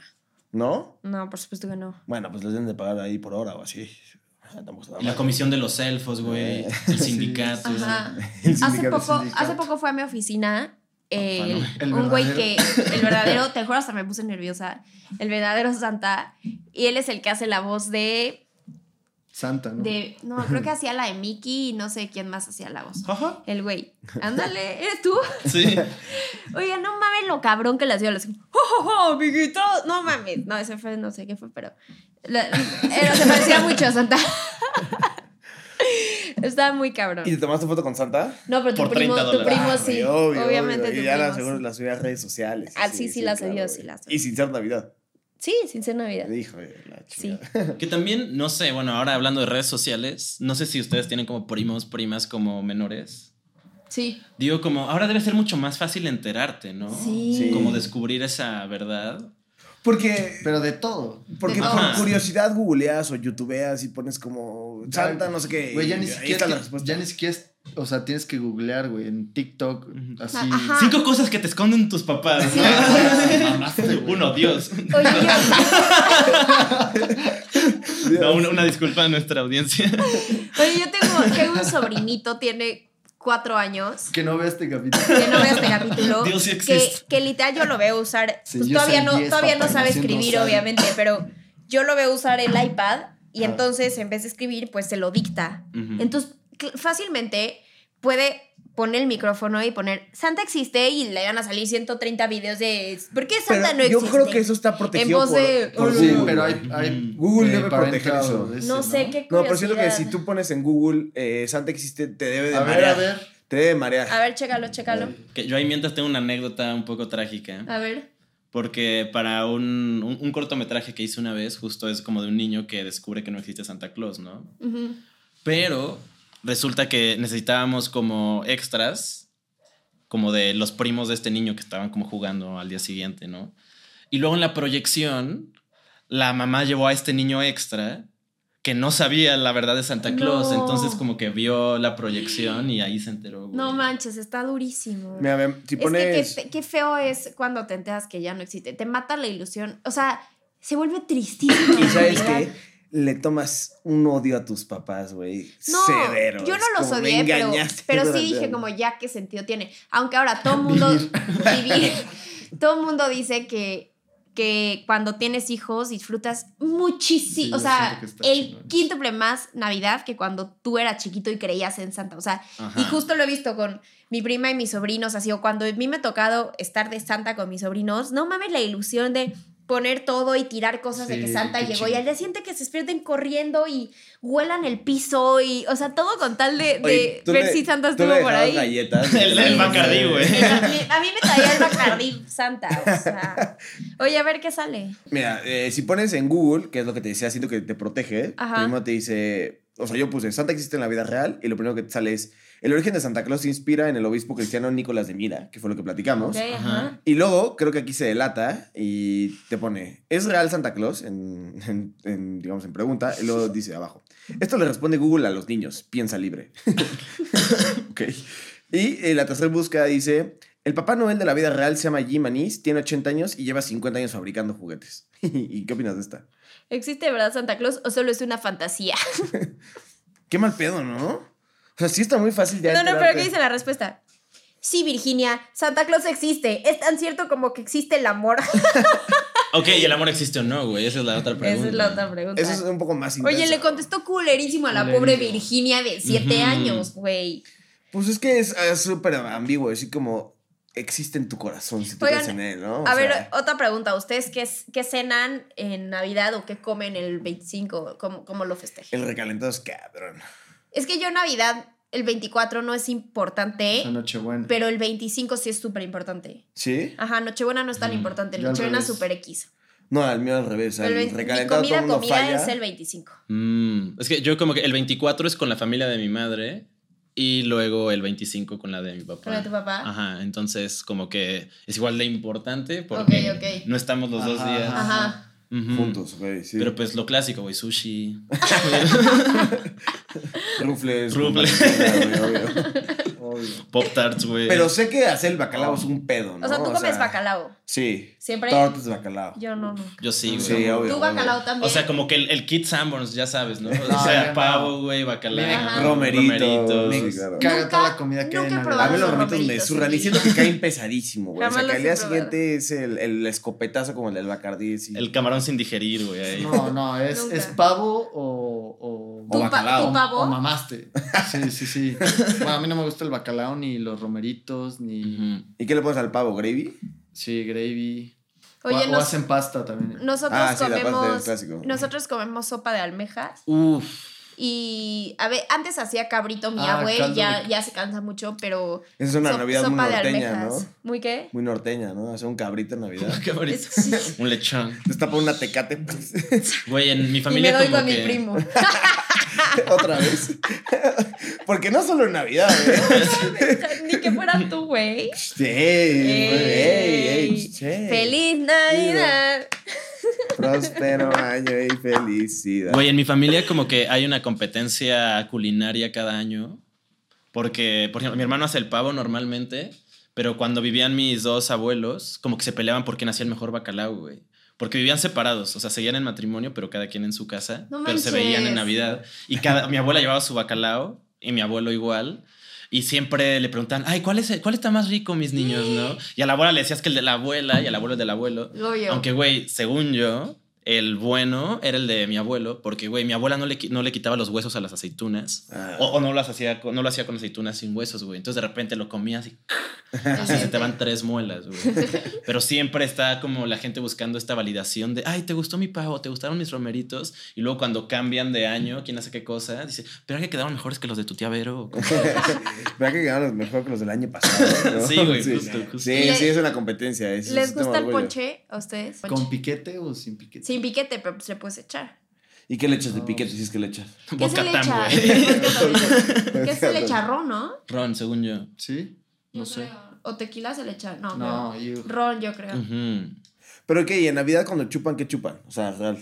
S1: ¿No?
S4: No, por supuesto que no.
S1: Bueno, pues les deben de pagar ahí por hora o así. Ah, tampoco está
S2: La
S1: mal.
S2: comisión de los elfos, güey. El sindicato.
S4: Ajá.
S1: El
S4: Hace
S1: sindicato,
S4: poco,
S3: sindicato.
S4: hace poco fue a mi oficina eh,
S2: Papá Noel.
S3: El
S4: un güey que,
S3: verdadero.
S4: el verdadero, te juro, hasta me puse nerviosa, el verdadero Santa, y él es el que hace la voz de,
S3: Santa, ¿no?
S4: de no, creo que hacía la de Mickey y no sé quién más hacía la voz.
S2: Ajá.
S4: El güey, ándale, ¿eres tú?
S2: Sí.
S4: Oiga, no mames lo cabrón que le hacía. Los, ¡Oh, oh, oh, amiguito! No mames. No, ese fue, eh, no sé qué fue, pero. la- era- se parecía mucho a Santa. Estaba muy cabrón.
S1: ¿Y te tomaste foto con Santa?
S4: No, pero tu
S2: Por
S4: primo,
S2: 30
S4: tu
S2: dólares.
S4: primo
S1: Ah,
S4: sí.
S1: güey, obvio,
S4: Obviamente
S1: obvio.
S4: tu
S1: Y ya
S4: primo
S1: las seguro
S4: sí.
S1: las subí a redes sociales.
S4: Ah, sí, sí, las subió, sí,
S1: güey.
S4: las subió.
S1: Y sin ser Navidad.
S4: Sí, sin ser Navidad.
S1: Hijo de la
S4: Sí.
S1: chingada.
S2: Que también, no sé, bueno, ahora hablando de redes sociales, no sé si ustedes tienen como primos, primas como menores.
S4: Sí.
S2: Digo, como ahora debe ser mucho más fácil enterarte, ¿no?
S4: Sí.
S1: Ah, Sí.
S2: Como descubrir esa verdad.
S1: Porque,
S3: Pero de todo.
S1: porque
S4: De
S1: por
S2: todos.
S1: curiosidad googleas o youtubeas y pones como Santa, no sé qué.
S3: Güey, ya
S1: y
S3: ni
S1: ahí
S3: siquiera.
S1: está la
S3: ti-
S1: respuesta.
S3: Ya ni siquiera. es- O sea, tienes que googlear, güey, en TikTok.
S2: Ujú.
S3: Así.
S4: Ajá.
S2: Cinco cosas que te esconden tus papás.
S4: Sí.
S2: ¿no?
S3: Mamaste, güey.
S2: Uno, Dios.
S4: Oye, yo,
S2: No, una, una disculpa a nuestra audiencia.
S4: oye, yo tengo, tengo un sobrinito, tiene cuatro años.
S3: Que no vea este capítulo.
S4: que no vea este capítulo.
S2: Dios sí
S4: que,
S2: existe.
S4: que literal yo lo veo usar.
S3: Sí,
S4: pues
S3: yo
S4: todavía
S3: soy
S4: no,
S3: 10,
S4: todavía no
S3: papá,
S4: sabe
S3: recién no
S4: escribir,
S3: sabe.
S4: obviamente, pero yo lo veo usar el iPad y
S1: Ah.
S4: entonces en vez de escribir, pues se lo dicta.
S2: Ujú.
S4: Entonces, cl- fácilmente puede poner el micrófono y poner Santa existe y le van a salir 130 videos de ¿por qué
S1: Pero
S4: Santa no existe?
S1: Yo creo que eso está protegido
S4: voz
S1: por,
S4: de-
S1: por Google.
S4: Sí,
S3: Sí, pero hay.
S1: güey.
S3: hay
S1: Google
S3: eh,
S1: debe proteger
S3: parental
S1: eso.
S3: de ese,
S4: no sé qué
S1: No, pero siento que si
S4: curiosidad.
S1: tú pones en Google eh, Santa existe, te debe de
S3: A ver,
S1: marear.
S3: a ver.
S1: Te debe de marear.
S4: A ver, chécalo, chécalo.
S2: Que yo ahí mientras tengo una anécdota un poco trágica.
S4: A ver.
S2: Porque para un, un- un cortometraje que hice una vez, justo es como de un niño que descubre que no existe Santa Claus, ¿no?
S4: Ujú.
S2: Pero resulta que necesitábamos como extras, como de los primos de este niño que estaban como jugando al día siguiente, ¿no? Y luego en la proyección, la mamá llevó a este niño extra que no sabía la verdad de Santa Claus,
S4: No.
S2: entonces como que vio la proyección y ahí se enteró. güey.
S4: No manches, está durísimo.
S1: Mira, mira, si
S4: Es que
S1: pones.
S4: qué fe- qué feo es cuando te enteras que ya no existe. Te mata la ilusión. O sea, se vuelve tristísimo.
S1: Y sabes
S4: la
S1: que
S4: realidad.
S1: le tomas un odio a tus papás, güey.
S4: No,
S1: Severo.
S4: yo
S1: Es
S4: no los
S1: como, me
S4: odié, pero,
S1: engañaste
S4: pero sí
S1: durante
S4: dije
S1: el-
S4: como ya qué sentido tiene. Aunque ahora todo el mundo vivir, todo el mundo dice que, que cuando tienes hijos disfrutas muchísimo,
S3: Sí,
S4: o
S3: yo
S4: sea,
S3: siento que está
S4: el
S3: chingón.
S4: quíntuple más Navidad que cuando tú eras chiquito y creías en Santa. O sea,
S2: Ajá.
S4: Y justo lo he visto con mi prima y mis sobrinos, así, o cuando a mí me ha tocado estar de Santa con mis sobrinos, no mames la ilusión de poner todo y tirar cosas de
S3: Sí,
S4: que Santa
S3: qué
S4: llegó
S3: chido.
S4: y al día siguiente que se despierten corriendo y huelan el piso y, o sea, todo con tal de, de
S1: Oye, tú
S4: ver
S1: le-
S4: si Santa
S1: tú le
S4: estuvo por
S1: dejabas
S4: ahí.
S1: galletas.
S2: El, el Bacardí, güey.
S4: Mira, mi- A mí me traía el Bacardí Santa, o sea. Oye, a ver qué sale.
S1: Mira, eh, si pones en Google, que es lo que te decía, siento que te protege,
S4: Ajá.
S1: primero te dice, o sea, yo puse, Santa existe en la vida real y lo primero que te sale es, el origen de Santa Claus se inspira en el obispo cristiano Nicolás de Mira, que fue lo que platicamos.
S4: Ok, ajá.
S1: Y luego creo que aquí se delata y te pone, ¿es real Santa Claus? En, en- en, digamos, en pregunta. Y luego dice abajo, esto le responde Google a los niños, piensa libre. ok. Y eh, la tercera búsqueda dice, el Papá Noel de la vida real se llama Jim Anis, tiene 80 años y lleva 50 años fabricando juguetes. ¿Y qué opinas de esta?
S4: ¿Existe de verdad Santa Claus o solo es una fantasía?
S1: Qué mal pedo, ¿no? O sea, sí está muy fácil de
S4: No, no, pero
S1: enterarte.
S4: ¿qué dice la respuesta? Sí, Virginia, Santa Claus existe. Es tan cierto como que existe el amor.
S2: Ok, ¿y el amor existe o no, güey? Esa es la otra pregunta.
S4: Esa es la otra pregunta.
S1: Eso es un poco más intenso.
S4: Oye, le contestó culerísimo a la
S3: Culerísimo.
S4: pobre Virginia de 7
S2: Ujú.
S4: años, güey.
S1: Pues es que es es súper ambiguo, así como existe en tu corazón si tú
S4: Oigan,
S1: crees en él, ¿no? O
S4: A ver,
S1: sea,
S4: otra pregunta. ¿Ustedes qué, es- qué cenan en Navidad o qué comen el 25? ¿Cómo, cómo lo festejan?
S1: el recalentado es cabrón.
S4: Es que yo en Navidad el 24 no es importante,
S3: Esa noche buena.
S4: ¿Eh? pero el 25 sí es súper importante.
S1: ¿Sí?
S4: Ajá, Nochebuena no es tan
S2: Mm,
S4: importante.
S3: yo al
S4: Nochebuena es
S3: revés.
S4: súper X.
S1: No, el mío al revés.
S4: Pero el
S1: El
S4: 20 mi
S1: recalentado todo el
S4: comida,
S1: mundo
S4: comida
S1: falla.
S4: es el 25.
S2: Mm, es que yo como que el 24 es con la familia de mi madre y luego el 25 con la de mi papá.
S4: ¿Con la de tu papá?
S2: Ajá, entonces como que es igual de importante porque
S4: Ok, ok.
S2: no estamos los dos
S3: Ajá,
S2: días
S4: Ajá.
S2: Ujú.
S1: Juntos, güey, sí.
S2: Pero pues lo clásico, güey, sushi.
S1: Rufles. con
S2: Rufles.
S1: mantequilla, güey, obvio. Obvio.
S2: Pop tarts, güey.
S1: Pero sé que hacer el bacalao es un pedo, ¿no?
S4: O sea, tú comes bacalao.
S1: Sí.
S4: Siempre.
S1: Tortas de bacalao.
S4: Yo no, nunca.
S2: Yo sí, güey.
S1: Sí, obvio.
S4: Tú bacalao también.
S2: O sea, como que el, el kit Sanborns, ya sabes, ¿no?
S3: No,
S2: o sea,
S3: no.
S2: pavo, güey, bacalao.
S4: Ajá.
S1: Romeritos.
S2: romeritos.
S1: Sí, claro.
S3: Caga
S4: Nunca-
S3: toda la comida que hay
S4: nunca
S3: en
S4: he
S1: A
S3: Navidad.
S1: mí los
S4: Los
S1: romeritos me
S4: romeritos,
S1: surran y
S4: sí.
S1: siento que caen pesadísimo, güey. O sea,
S4: Jamás
S1: que
S4: los
S1: al
S4: he
S1: día
S4: probado.
S1: siguiente es el, el escopetazo como el del Bacardí. sí.
S2: El camarón sin digerir, güey. ahí.
S3: No, no, es,
S4: Nunca.
S3: es pavo o. o
S4: ¿Tú,
S1: o
S4: pa-
S1: bacalao.
S4: tú pavo?
S3: o mamaste. Sí, sí, sí. Bueno, a mí no me gusta el bacalao, ni los romeritos, ni.
S2: Ujú.
S1: ¿Y qué le pones al pavo? ¿Gravy?
S3: Sí, gravy.
S4: Oye,
S3: o, o
S4: nos-
S3: hacen pasta también.
S4: nosotros
S1: Ah, sí, la pasta
S4: comemos.
S1: es clásico.
S4: Nosotros comemos sopa de almejas.
S2: Uf.
S4: Y a ver, antes hacía cabrito mi
S3: Ah,
S4: abue,
S3: caldo
S4: ya,
S3: de-
S4: ya se cansa mucho, pero.
S1: Esa es una
S4: sop-
S1: Navidad muy
S4: sopa de
S1: norteña,
S4: almejas.
S1: ¿no?
S4: ¿Muy qué?
S1: Muy norteña, ¿no? Hacer un cabrito en Navidad.
S2: Qué bonito.
S4: Es- sí.
S2: Un lechón.
S1: Destapa una tecate. pues,
S2: Güey, en mi
S4: Y me
S2: familia
S4: doy
S2: como
S4: con mi
S2: que-
S4: primo.
S1: Otra vez. Porque no solo en Navidad, ¿eh?
S4: Ni que fuera tú, güey.
S1: Sí, ey,
S4: Ey.
S1: ey, che.
S4: ¡Feliz Navidad!
S1: Próspero año y felicidad.
S2: Güey, en mi familia como que hay una competencia culinaria cada año. Porque, por ejemplo, mi hermano hace el pavo normalmente, pero cuando vivían mis dos abuelos, como que se peleaban por quién hacía el mejor bacalao, güey. Porque vivían separados, o sea, seguían en matrimonio, pero cada quien en su casa,
S4: No
S2: pero se veían en
S4: manches.
S2: Navidad. Y cada, mi abuela llevaba su bacalao y mi abuelo igual. Y siempre le preguntaban, ay, ¿cuál, es el- ¿cuál está más rico, mis niños, no? Y a la abuela le decías que el de la abuela y al abuelo el del abuelo.
S4: Obvio.
S2: Aunque, güey, según yo, el bueno era el de mi abuelo, porque, güey, mi abuela no le, qui- no le quitaba los huesos a las aceitunas.
S1: Ah.
S2: O, o no, las hacía, con- no lo hacía con aceitunas sin huesos, güey. Entonces de repente lo comías y así se te van tres muelas, güey. Pero siempre está como la gente buscando esta validación de, ay, ¿te gustó mi pavo? ¿Te gustaron mis romeritos? Y luego cuando cambian de año, quién hace qué cosa, dice, pero que quedaron mejores que los de tu tía Vero. o cómo?".
S1: Vea que quedaron los mejor que los del año pasado. ¿no?
S2: Sí, güey,
S1: sí.
S2: justo, justo.
S1: Sí,
S4: Le-
S1: sí, es una competencia. es- es
S4: ¿Les
S1: un tema
S4: gusta
S1: de
S4: el
S1: orgullo.
S4: ponche a ustedes?
S3: ¿Con
S4: Ponche.
S3: piquete o sin piquete?
S4: Sin piquete, pero se puede echar.
S1: ¿Y qué le echas de
S2: Oh.
S1: piquete si es que le echas?
S4: ¿Qué se
S2: Vodka
S4: le
S2: Tam,
S4: echa?
S2: güey.
S4: ¿Qué se le echa? ¿Ron, no?
S2: Ron, según yo.
S3: ¿Sí? No sé.
S4: ¿O tequila se le echa? No,
S3: No, Mm.
S4: no.
S3: you-
S4: Ron, yo creo.
S2: Ujú.
S1: Pero qué, y en Navidad cuando chupan, ¿qué chupan? O sea, real.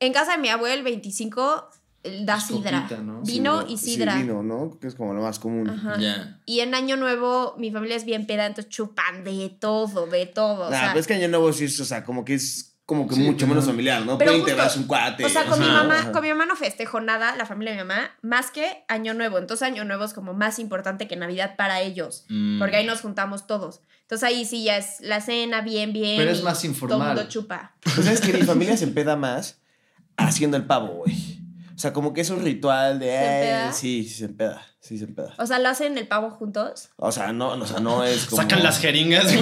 S4: En casa de mi abuelo, el 25, el da
S3: Es
S4: sidra.
S3: copita, ¿no?
S4: Vino
S1: Sí,
S4: y
S1: sí,
S4: sidra.
S1: vino, ¿no? Que es como lo más común.
S4: Ajá.
S2: Ya.
S4: Y en Año Nuevo, mi familia es bien peda, entonces chupan de todo, de todo.
S1: Nah,
S4: o sea,
S1: pero es Ah, pues que Año Nuevo sí es, o sea, como que es como que
S3: Sí,
S1: mucho
S3: pero-
S1: menos familiar, pues, ¿no?
S4: Pero
S1: Pero te
S4: justo,
S1: vas un cuate.
S4: O sea, con mi
S2: Ajá.
S4: mamá, con mi mamá no festejo nada, la familia de mi mamá, más que Año Nuevo. Entonces Año Nuevo es como más importante que Navidad para ellos,
S2: Mm.
S4: porque ahí nos juntamos todos. Entonces ahí sí ya es la cena bien, bien.
S3: Pero es
S4: y
S3: más
S4: Todo el
S3: informal.
S4: mundo chupa.
S1: Pues es que mi familia se empeda más haciendo el pavo, güey. O sea, como que es un ritual de.
S4: ¿Se
S1: "Ay,
S4: empeda?
S1: sí, sí se empeda. Sí se empeda.
S4: O sea, lo hacen el pavo juntos.
S1: O sea, no, no, o sea, no es como.
S2: Sacan las jeringas, güey.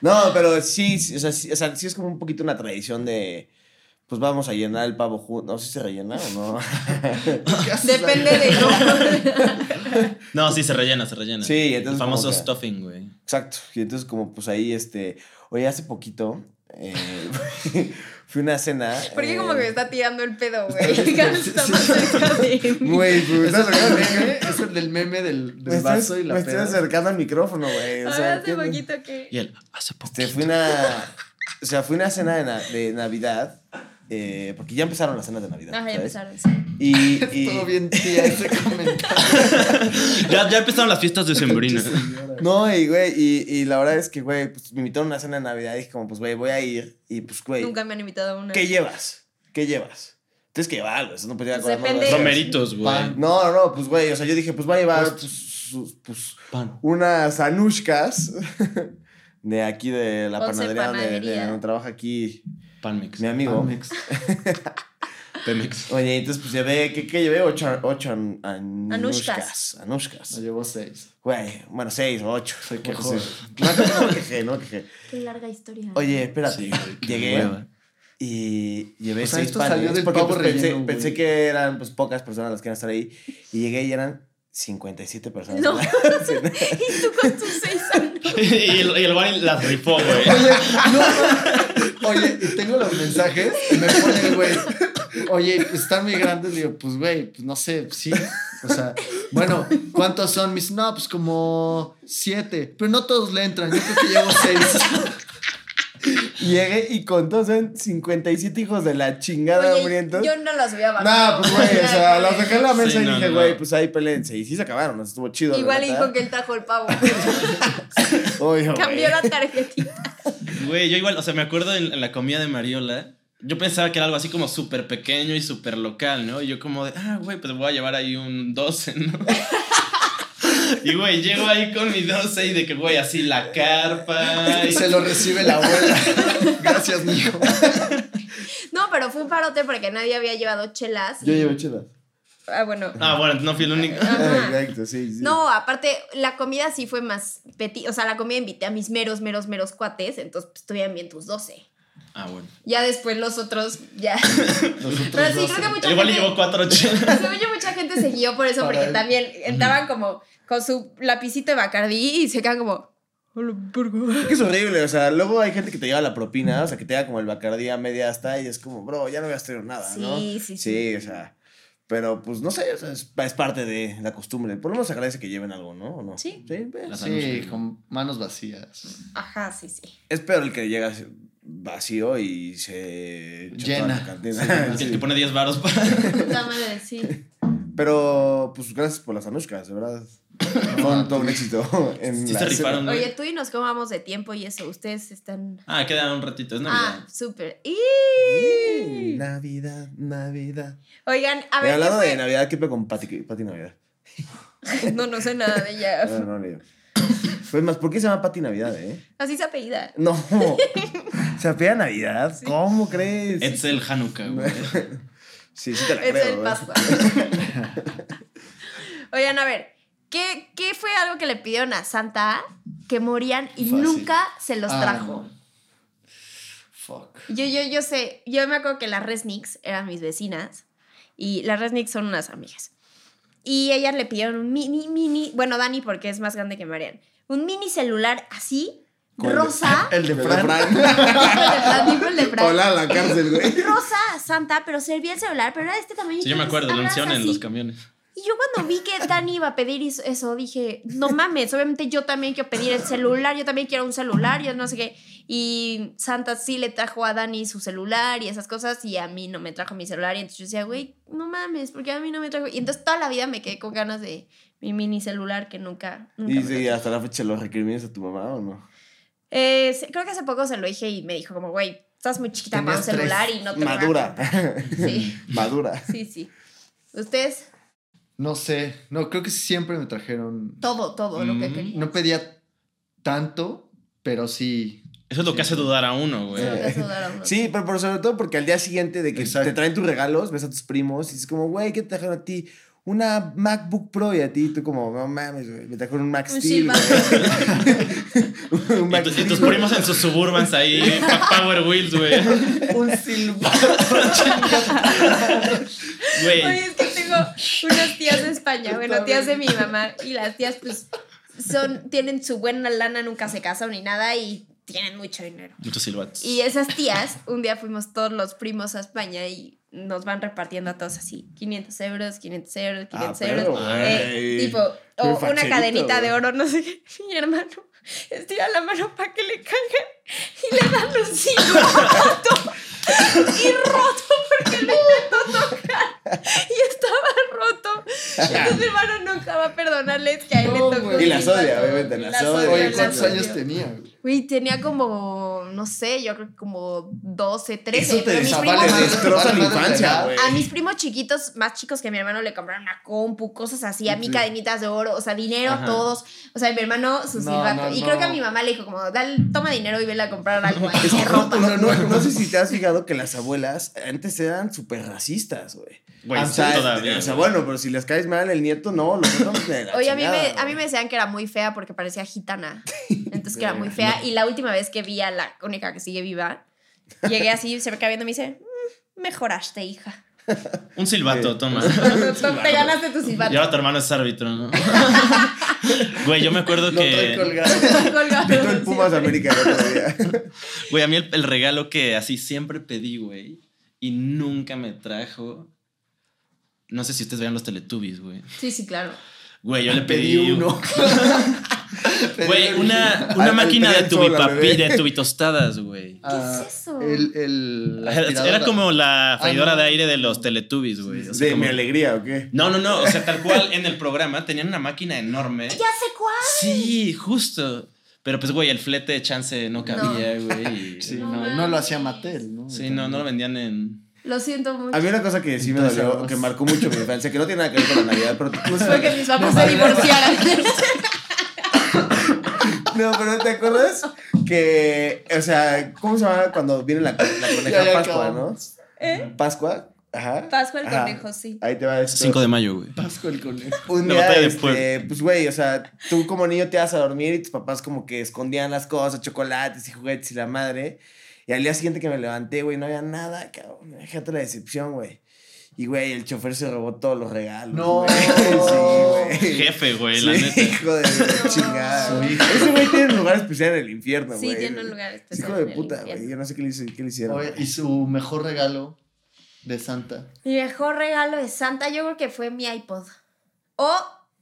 S1: No, pero sí, sí, o sea, sí, o sea, sí es como un poquito una tradición de. Pues vamos a llenar el pavo juntos. No sé si se rellena o no.
S3: ¿Qué haces ahí?
S4: Depende de
S2: No, sí, se rellena, se rellena.
S1: Sí, entonces
S2: El famoso
S1: como que-
S2: stuffing, güey.
S1: Exacto. Y entonces, como pues ahí, este. Oye, hace poquito. eh, fui a una cena.
S4: Porque
S1: eh,
S4: como que me está tirando el pedo, güey. Cada vez está más cerca de mí.
S1: Güey, pues,
S3: ¿Es
S1: estás
S3: el,
S1: sacando-
S3: meme? ¿Es el del meme del, del
S1: me estoy,
S3: vaso y la
S1: me estoy
S3: peda?
S1: acercando al micrófono, güey.
S4: A
S1: O
S4: ver,
S1: sea,
S4: hace
S1: ¿qué-
S4: poquito que.
S2: Y él, hace poquito.
S1: Este, fue una. O sea, fue una cena de, na- de Navidad. eh, porque ya empezaron las cenas de Navidad.
S4: Ajá, ya
S1: ¿sabes?
S4: empezaron.
S1: Y. y-
S3: Todo bien, tía, ese comentario.
S2: Ya, ya empezaron las fiestas de Sembrina.
S1: No, y güey, y, y la verdad es que, güey, pues me invitaron a una cena de Navidad y dije, como, pues, güey, voy a ir. Y pues, güey,
S4: Nunca me han invitado a una.
S1: ¿qué llevas? ¿Qué llevas? Tienes que llevar algo, eso no puedes llevar
S4: Pues
S1: con las manos vacías.
S4: depende.
S2: Romeritos, güey.
S3: Pan.
S1: No, no, no, pues, güey, o sea, yo dije, pues, voy a llevar, pues, sus- pues,
S2: Pan.
S1: unas anushkas de aquí de la
S4: Once
S1: panadería, donde- de-
S4: panadería.
S1: donde trabaja aquí
S2: Panmex.
S1: mi amigo.
S3: Amex.
S2: Pemex.
S1: Oye, entonces pues llevé, ¿qué, qué llevé? Ocho, ocho an- an-
S4: Anushkas.
S1: anushkas.
S3: Me
S1: Anushkas.
S3: llevó seis.
S1: Güey, bueno, seis o ocho.
S3: Se quejó.
S1: No, no me quejé, no me quejé.
S4: Qué larga historia.
S1: Oye, espérate.
S2: Sí, güey, qué
S1: Llegué
S2: hueva.
S1: y llevé
S3: O sea,
S1: seis
S3: esto
S1: panes.
S3: salió del
S1: porque
S3: pavo
S1: pues, pensé,
S3: relleno, güey.
S1: pensé que eran pues, pocas personas las que iban a estar ahí. Y llegué y eran 57 personas.
S4: No. y tú con tus seis años.
S2: y el, y el güey las rifó, güey.
S3: Oye, no, oye, y tengo los mensajes y me pone el güey. Oye, están migrantes. Le digo, pues güey, pues no sé, sí. O sea, bueno, ¿cuántos son? Me dice, no, pues como siete. Pero no todos le entran, yo creo que llevo seis.
S1: Llegué y con todos eran 57 hijos de la chingada
S4: Oye,
S1: hambrientos.
S4: yo no los voy a
S1: No, pues güey, o sea, las dejé en la mesa
S2: Sí,
S1: y
S2: no,
S1: dije,
S2: no.
S1: güey, pues ahí pelense. Y sí se acabaron, estuvo chido. la
S4: Igual
S1: neta.
S4: dijo que él trajo el pavo.
S1: Oye, güey.
S4: Cambió la tarjetita.
S2: Güey, yo igual, o sea, me acuerdo en, en la comida de Mariola. Yo pensaba que era algo así como súper pequeño y súper local, ¿no? Y yo como de, ah, güey, pues voy a llevar ahí un 12, ¿no? y, güey, llego ahí con mi 12 y de que, güey, así la carpa. y-
S3: Se lo recibe la abuela. Gracias, mijo.
S4: No, pero fue un parote porque nadie había llevado chelas.
S1: Yo llevé chelas.
S4: Ah, bueno.
S2: Ah, bueno, no fui el único.
S3: Ah,
S4: Ajá.
S1: Exacto, sí, sí.
S4: No, aparte, la comida sí fue más petit. O sea, la comida invité a mis meros, meros, meros cuates. Entonces, pues, estuvieron bien tus 12.
S2: Ah, bueno.
S4: Ya después los otros, ya. Pero sí, creo que mucha
S2: Igual
S4: gente-
S2: llevó cuatro chelas.
S4: Según yo, mucha gente se guió por eso,
S3: Para
S4: porque
S3: el-
S4: también estaban como con su lapicito de Bacardí y se quedan como. "A la verga".
S1: Es que es horrible, o sea, luego hay gente que te lleva la propina, o sea, que te da como el bacardí a media hasta y es como, bro, ya no voy a traer nada, ¿no?
S4: Sí, sí, sí.
S1: o sea, pero pues no sé, o sea, es, es parte de la costumbre. Por lo menos se agradece que lleven algo, ¿no? ¿O no?
S4: Sí.
S1: ve.
S2: Las
S3: Sí,
S2: anuncian.
S3: con manos vacías.
S4: Ajá, sí, sí.
S1: Es peor el que llega vacío y se... echa toda
S3: Llena.
S1: la cantina.
S2: El
S1: Sí.
S2: que pone 10 varos para.
S4: Puta madre, sí.
S1: Pero pues gracias por las anushkas, de verdad. Fueron todo un éxito. En
S2: Sí
S1: la
S2: se
S1: cena.
S2: rifaron, güey.
S4: Oye, tú y nos cómo vamos de tiempo y eso. Ustedes están.
S2: Ah, queda un ratito, es
S4: Ah,
S2: Navidad.
S4: súper.
S1: Sí,
S4: ¡Y!
S1: Navidad, Navidad.
S4: Oigan, a
S1: Eh,
S4: ver. ¿qué
S1: hablando de
S4: fue?
S1: Navidad, ¿qué pedo con Pati, Pati Navidad?
S4: No, no sé nada de ella.
S1: Bueno, no le digo. Pues más, ¿por qué se llama Pati Navidad, eh?
S4: Así se apellida.
S1: No. ¿Se apela Navidad? ¿Cómo crees?
S2: Es el Hanukkah, güey.
S1: Sí, sí te la
S4: Es
S1: creo.
S4: el
S1: ¿eh?
S4: Pascua. Oigan, a ver. ¿Qué, ¿Qué fue algo que le pidieron a Santa que morían y
S3: Fácil.
S4: nunca se los
S3: Ah,
S4: trajo?
S3: no. Fuck.
S4: Yo, yo, yo sé, yo me acuerdo que las Resnicks eran mis vecinas y las Resnicks son unas amigas. Y ellas le pidieron un mini, mini, bueno, Dani porque es más grande que Marian, un mini celular así,
S1: Con el-
S4: rosa,
S3: El de
S1: Pero
S3: Fran.
S1: Fran.
S4: tipo el de Fran, tipo el de Fran.
S1: Hola, la cárcel, güey.
S4: rosa, santa, pero servía el celular, pero era de este tamaño.
S2: Sí, yo me acuerdo, lo anunciaron en los
S4: Y
S2: camiones.
S4: yo cuando vi que Dani iba a pedir is- eso, dije, no mames, obviamente yo también quiero pedir el celular, yo también quiero un celular, yo no sé qué. Y Santa sí le trajo a Dani su celular y esas cosas, y a mí no me trajo mi celular. Y entonces yo decía, güey, no mames, porque a mí no me trajo. Y entonces toda la vida me quedé con ganas de mi mini celular que nunca. nunca
S1: Y
S4: me
S1: sí,
S4: lo trajo.
S1: hasta la fecha lo recriminas a tu mamá o no?
S4: Eh, sí, creo que hace poco se lo dije y me dijo, como, güey, estás muy chiquita para un
S3: Tenías tres.
S4: celular y no te lo voy a
S1: Madura.
S4: comprar". Sí,
S1: Madura.
S4: sí, sí. Ustedes,
S3: No sé. No, creo que siempre me trajeron.
S4: todo, todo lo que
S2: Mm,
S4: querían.
S3: No pedía tanto, pero sí.
S2: Eso es lo que hace dudar a uno, güey.
S4: Solo que eso dar a uno.
S1: Sí, pero, pero sobre todo porque al día siguiente de que
S3: Exacto.
S1: te traen tus regalos, ves a tus primos y es como, güey, ¿qué te trajeron a ti? Una MacBook Pro y a ti, tú como, no mames, güey, me trajeron un Mac
S4: Un
S1: Steel.
S4: silbato.
S1: güey, un
S2: Y,
S1: Mac
S2: tus- y tus
S1: Steel.
S2: primos en sus suburbans ahí, pa- Power Wheels, güey.
S3: Un silbato.
S2: Güey.
S4: Oye, es que tengo unas tías de España, bueno, tías de mi mamá, y las tías, pues, son, tienen su buena lana, nunca se casan ni nada y tienen mucho dinero.
S2: Muchos silbatos.
S4: Y esas tías, un día fuimos todos los primos a España y nos van repartiendo a todos así, 500 euros, 500 euros, 500
S1: Ah,
S4: euros.
S1: pero,
S4: Eh,
S1: güey.
S4: tipo,
S1: Muy
S4: o una
S1: facherito,
S4: cadenita de
S1: güey.
S4: oro, no sé qué. Mi hermano estira la mano para que le caigan y le dan un silbato y roto porque lo intentó tocar y estaba roto. Entonces mi hermano nunca va a perdonarles que a él
S3: No,
S4: le tocó.
S3: güey.
S4: un
S3: Y
S1: las odia,
S4: silbato.
S1: obviamente, las
S4: Las
S1: odia.
S4: odia,
S3: Oye,
S4: las
S3: ¿cuántos
S4: odia.
S3: años tenía? güey?
S4: Güey, tenía como, no sé, yo creo que como 12, 13.
S3: Eso te
S4: pero mis
S3: desavale,
S4: primos-
S1: Te destroza
S3: Vale,
S1: la
S3: madre,
S1: infancia,
S3: ¿verdad?
S1: güey.
S4: a mis primos chiquitos, más chicos que mi hermano, le compraron una compu, cosas así, a mí
S1: Sí.
S4: cadenitas de oro, o sea, dinero,
S2: Ajá.
S4: todos. O sea, mi hermano, su
S3: No,
S4: silbato.
S3: no,
S4: y creo que a
S3: no.
S4: mi mamá le dijo como, dale, toma dinero y vele a comprar algo ahí de
S1: No,
S4: ropa.
S1: no, no, no sé si te has fijado que las abuelas antes eran súper racistas, güey.
S2: Güey,
S1: o sea,
S2: todavía.
S1: o sea,
S2: güey.
S1: bueno, pero si les caes mal el nieto, no, los otros de la
S4: Oye, a mí,
S1: chingada,
S4: me, a mí
S1: güey.
S4: me decían que era muy fea porque parecía gitana. Entonces que era muy fea. Y la última vez que vi a la única que sigue viva, llegué así, se me queda viendo y me dice, "Mm, mejoraste, hija.
S2: Un silbato,
S1: Sí.
S2: toma.
S4: Te ganaste tu
S2: Y
S4: silbato.
S2: ahora tu hermano es árbitro, ¿no? Güey, yo me acuerdo
S3: Lo trae
S2: que.
S3: colgado.
S4: Colgado.
S1: Pitó el Pumas América el otro día.
S2: Güey, a mí el, el regalo que así siempre pedí, güey, y nunca me trajo. No sé si ustedes vean los Teletubbies, güey.
S4: Sí, sí, claro.
S2: Güey, yo le pedí,
S3: Pedí uno. Pedí
S2: Güey,
S3: el-
S2: una,
S1: Al-
S2: una
S1: al
S2: máquina de
S1: pedí el sol, al
S2: tubipapi,
S1: bebé.
S2: de tubitostadas, güey.
S3: Ah,
S4: eso?
S3: El, el, la
S2: Era
S3: aspiradora.
S2: como la
S3: Ah,
S2: freidora
S3: no.
S2: de aire de los Teletubbies, güey. O sea,
S1: De
S2: como-
S1: mi alegría, ¿o qué?
S2: No, no, no. O sea, tal cual en el programa tenían una máquina enorme.
S4: Ya sé cuál.
S2: Sí, justo. Pero pues, güey, el flete de chance no cabía, güey. y-
S3: Sí,
S2: Sí.
S3: no,
S4: No
S3: no lo
S4: mames.
S3: hacía Mattel, ¿no?
S2: no, no lo vendían en.
S4: Lo siento mucho.
S1: A mí una cosa que sí me
S3: Entonces,
S1: dolió,
S3: vamos.
S1: que marcó mucho mi infancia, que no tiene nada que ver con la Navidad, pero... No, sé-
S4: Fue que mis papás se divorciaran.
S1: no, pero ¿te acuerdas? Que, o sea, ¿cómo se llama cuando viene la, la coneja
S3: Ya, ya
S1: Pascua, no?
S3: acabamos.
S4: ¿Eh?
S1: ¿Pascua? Ajá.
S4: Pascua el
S1: Ajá.
S4: conejo, sí.
S1: Ahí te va esto.
S2: 5 de mayo, güey.
S3: Pasco el conejo.
S1: un
S2: La
S1: día,
S2: batalla de
S1: este,
S2: Puebla.
S1: pues güey, o sea, tú como niño te vas a dormir y tus papás como que escondían las cosas, chocolates y juguetes y la madre. Y al día siguiente que me levanté, güey, no había nada, cabrón. Déjate la decepción, güey. Y, güey, el chofer se robó todos los regalos.
S3: No.
S1: güey. Sí, güey.
S2: Jefe, güey, la
S1: Sí,
S2: neta.
S1: hijo de la chingada.
S3: Su
S1: güey. Ese güey tiene un lugar especial en el infierno,
S4: Sí,
S1: güey.
S4: tiene un lugar
S1: Es
S4: especial
S1: hijo de
S4: en el
S1: puta,
S4: infierno.
S1: güey. Yo no sé qué le, hice- qué le hicieron.
S3: Oye, y
S1: güey.
S3: su mejor regalo de Santa.
S4: Mi mejor regalo de Santa, yo creo que fue mi iPod. O,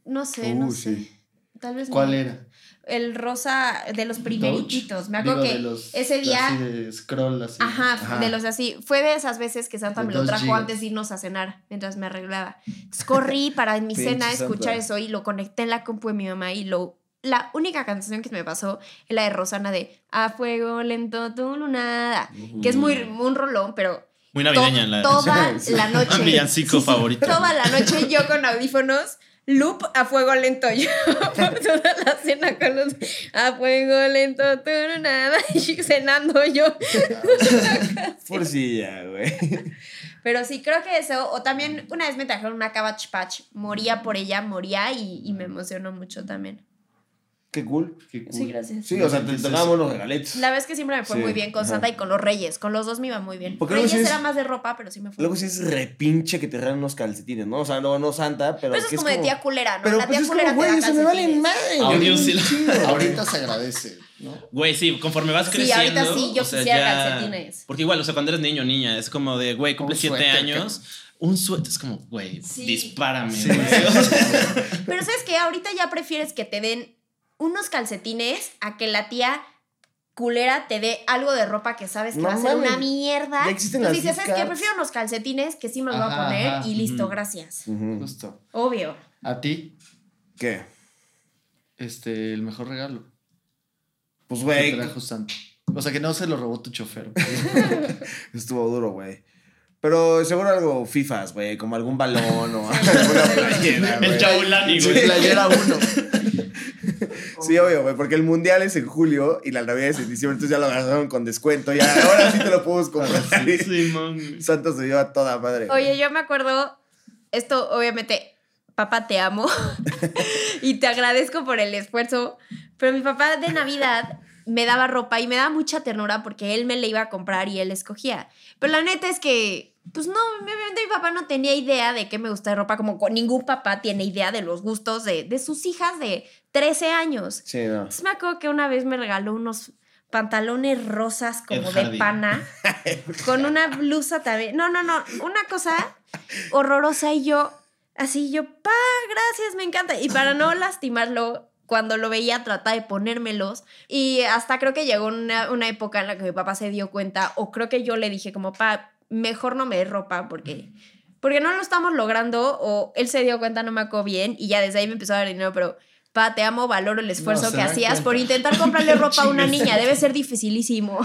S4: no sé, no
S1: Uh,
S4: sé.
S1: sí.
S4: Tal vez
S3: ¿Cuál
S4: mi-
S3: era?
S4: El rosa de los primeritos. Me acuerdo
S3: Digo, de
S4: que
S3: los-
S4: ese día.
S3: Así de scroll, así.
S4: Ajá,
S1: Ajá.
S4: de los así. Fue de esas veces que Santa
S3: De
S4: me lo
S3: dos
S4: trajo
S3: gigas.
S4: antes de irnos a cenar, mientras me arreglaba. Entonces, corrí para en mi
S1: Pinche
S4: cena
S1: Santa.
S4: escuchar eso y lo conecté en la compu de mi mamá y lo... La única canción que me pasó es la de Rosana de A fuego lento tu lunada, que es muy un rolón, pero
S2: Muy
S4: to-
S2: navideña la
S4: toda
S1: Sí.
S4: la
S2: Ah,
S4: noche.
S2: villancico favorito.
S4: Toda la noche yo con audífonos, loop a fuego lento. Yo por toda la cena con los a fuego lento, tú no nada, y cenando yo.
S1: Porcilla, güey.
S4: Pero sí, creo que eso. O también una vez me trajeron una Cabbage Patch, moría por ella, moría y, y me emocionó mucho también.
S1: Qué cool.
S3: Qué cool.
S4: Sí, gracias.
S1: Sí, o sea, te tocamos los regaletos.
S4: La vez que siempre me fue
S1: Sí,
S4: muy bien con
S1: ajá.
S4: Santa y con los Reyes. Con los dos me iba muy bien.
S1: Porque luego
S4: Reyes
S1: sí es-
S4: era más de ropa, pero sí me fue.
S1: Luego
S4: muy
S1: sí
S4: bien.
S1: es repinche que te regalan unos calcetines, ¿no? O sea, no, no santa, pero.
S4: Pero eso es
S1: que
S4: como, de tía culera, ¿no?
S1: Pero
S4: la
S1: pues
S4: tía
S1: es
S4: culera
S1: como, güey,
S4: te da
S1: eso me vale
S4: calcetines.
S1: madre.
S3: Ahorita-
S1: güey.
S2: sí la-
S1: Chido, güey.
S3: Ahorita se agradece, ¿no?
S2: Güey, sí, conforme vas
S4: Sí,
S2: creciendo.
S4: ahorita sí, yo
S2: o sea,
S4: quisiera
S2: ya-
S4: calcetines.
S2: Porque igual, o sea, cuando eres niño o niña, es como de, güey, cumple
S3: Un
S2: siete
S3: suéter,
S2: años. Un suéter es como, güey,
S4: Sí.
S2: dispárame.
S3: Sí.
S2: güey. O sea,
S4: Pero sabes que ahorita ya prefieres que te den unos calcetines a que la tía culera te dé algo de ropa que sabes que
S1: No
S4: va a ser
S1: mames,
S4: una mierda.
S1: ya existen
S4: Entonces
S1: las
S4: dices, ¿sabes qué?
S1: discards".
S4: Prefiero unos calcetines que sí me los voy a
S3: Ajá,
S4: poner
S3: ajá.
S4: y listo,
S2: Ujú.
S4: gracias.
S1: Ujú.
S3: Justo.
S4: Obvio.
S3: A ti,
S1: ¿Qué?
S3: este, el mejor regalo
S1: Pues,
S3: que
S1: güey,
S3: trajo Santa. O sea, que no se lo robó tu chofer. güey.
S1: estuvo duro, güey. Pero seguro algo FIFAs, güey, como algún balón o
S4: Sí.
S1: alguna playera,
S2: El
S1: güey.
S2: Chaulani,
S1: Sí,
S2: güey.
S3: Playera uno.
S1: Sí, obvio, güey, porque el mundial es en julio y la Navidad es en diciembre, entonces ya lo agarraron con descuento. Ya, ahora sí te lo podemos comprar.
S2: Sí, Simón, güey.
S1: Santa se lleva toda madre. güey.
S4: Oye, yo me acuerdo, esto obviamente, papá te amo y te agradezco por el esfuerzo, pero mi papá de Navidad me daba ropa y me daba mucha ternura porque él me la iba a comprar y él escogía. Pero la neta es que, pues no, obviamente mi papá no tenía idea de qué me gusta de ropa, como con- ningún papá tiene idea de los gustos de, de sus hijas de 13 años.
S1: Sí, no.
S4: Entonces me acuerdo que una vez me regaló unos pantalones rosas como
S2: Ed
S4: de
S2: Hardy.
S4: pana, con una blusa también. No, no, no, una cosa horrorosa y yo, así yo, pa, gracias, me encanta. Y para no lastimarlo, cuando lo veía trataba de ponérmelos y hasta creo que llegó una, una época en la que mi papá se dio cuenta o creo que yo le dije como, pa, mejor no me des ropa porque... Porque no lo estamos logrando, o él se dio cuenta, no me acuerdo bien, y ya desde ahí me empezó a dar dinero, pero Pa, te amo, valoro el esfuerzo
S3: se
S4: que
S3: dan
S4: hacías
S3: cuenta.
S4: por intentar comprarle ropa a una niña. Debe ser dificilísimo.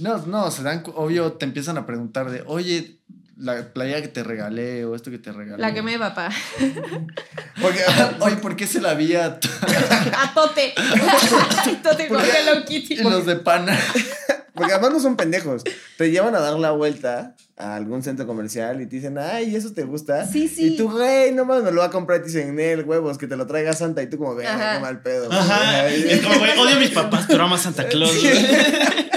S3: No, no, se dan, cu- obvio, te empiezan a preguntar de, oye, la playa que te regalé o esto que te regalé.
S4: La que me papá.
S1: Porque,
S3: Oye, ¿por qué se la vi a t-
S4: A tote. A tote con Hello Kitty.
S3: y los de pana?
S1: Porque además no son pendejos. Te llevan a dar la vuelta a algún centro comercial y te dicen, ay, ¿eso te gusta?
S4: Sí, sí.
S1: Y tú, güey, no mames, me lo va a comprar. Y te dicen, Nel, huevos, que te lo traiga Santa. Y tú, como,
S4: Ajá.
S1: venga, qué mal pedo.
S2: Ajá.
S1: güey".
S2: Es como, güey, odio a mis papás, pero amo a Santa Claus, güey.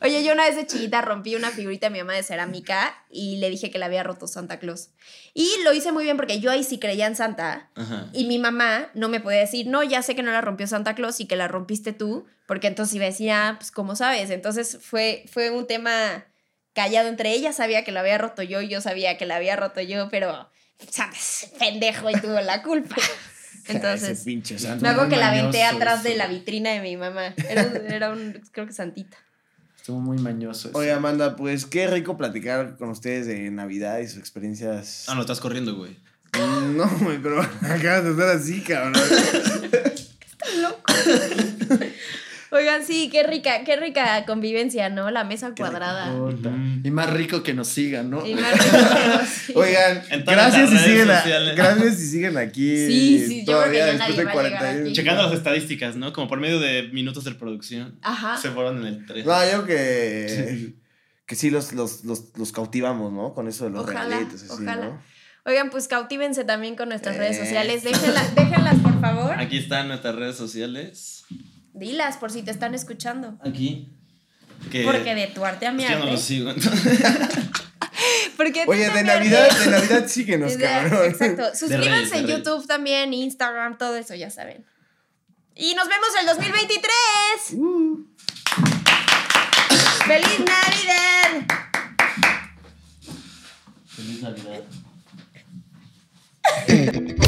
S4: Oye, yo una vez de chiquita rompí una figurita de mi mamá de cerámica y le dije que la había roto Santa Claus. Y lo hice muy bien porque yo ahí sí creía en Santa.
S2: Ajá.
S4: Y mi mamá no me podía decir, no, ya sé que no la rompió Santa Claus y que la rompiste tú, porque entonces iba a decir, ah, pues como sabes. Entonces fue, fue un tema callado entre ellas, sabía que la había roto yo y yo sabía que la había roto yo, pero, sabes, pendejo y tuvo la culpa.
S1: Ese
S4: Entonces,
S1: pinche Santa.
S4: me acuerdo que la aventé
S3: mañoso
S4: atrás de
S3: eso.
S4: la vitrina de mi mamá. Era, era un, creo que Santita.
S3: Estuvo muy mañoso. eso.
S1: Oye, Amanda, pues qué rico platicar con ustedes de Navidad y sus experiencias.
S2: Ah, no, estás corriendo, güey.
S1: No, güey, pero acabas de estar así, cabrón.
S4: loco. Oigan, sí, qué rica, qué rica convivencia, ¿no? La mesa cuadrada.
S3: Puta.
S2: Ujú.
S3: Y más rico que nos sigan,
S2: Oh.
S3: ¿no?
S4: Y más rica, sí.
S1: Oigan,
S2: En todas
S1: gracias
S2: las
S1: si,
S2: redes
S1: siguen a-
S2: sociales.
S1: gracias si siguen aquí.
S4: Sí, sí, yo creo que
S1: todavía
S4: ya
S1: después
S4: nadie
S1: de
S4: va a llegar
S1: 41.
S4: aquí.
S2: Checando las estadísticas, ¿no? Como por medio de minutos de producción.
S4: Ajá.
S2: Se fueron en el 3.
S3: Ah.
S1: No, yo creo que. Que sí los, los, los, los cautivamos, ¿no? Con eso de los
S4: Ojalá,
S1: regalitos, así,
S4: ojalá.
S1: ¿no?
S4: Oigan, pues cautívense también con nuestras
S1: Eh.
S4: redes sociales. Déjenlas, déjenlas, por favor.
S2: Aquí están nuestras redes sociales.
S4: Dilas por si te están escuchando.
S2: Aquí. Que
S4: Porque de tu arte a mi
S2: Eh, pues, yo no
S4: arte.
S2: lo sigo.
S4: Porque tú
S1: Oye, de
S4: también
S1: Navidad,
S4: eres-
S1: de Navidad síguenos,
S4: de-
S1: cabrón.
S4: Exacto.
S2: Reyes,
S4: Suscríbanse
S2: de
S4: en
S2: Reyes.
S4: YouTube también, Instagram, todo eso, ya saben. Y nos vemos el 2023.
S1: Uh.
S4: ¡Feliz Navidad!
S2: Feliz Navidad.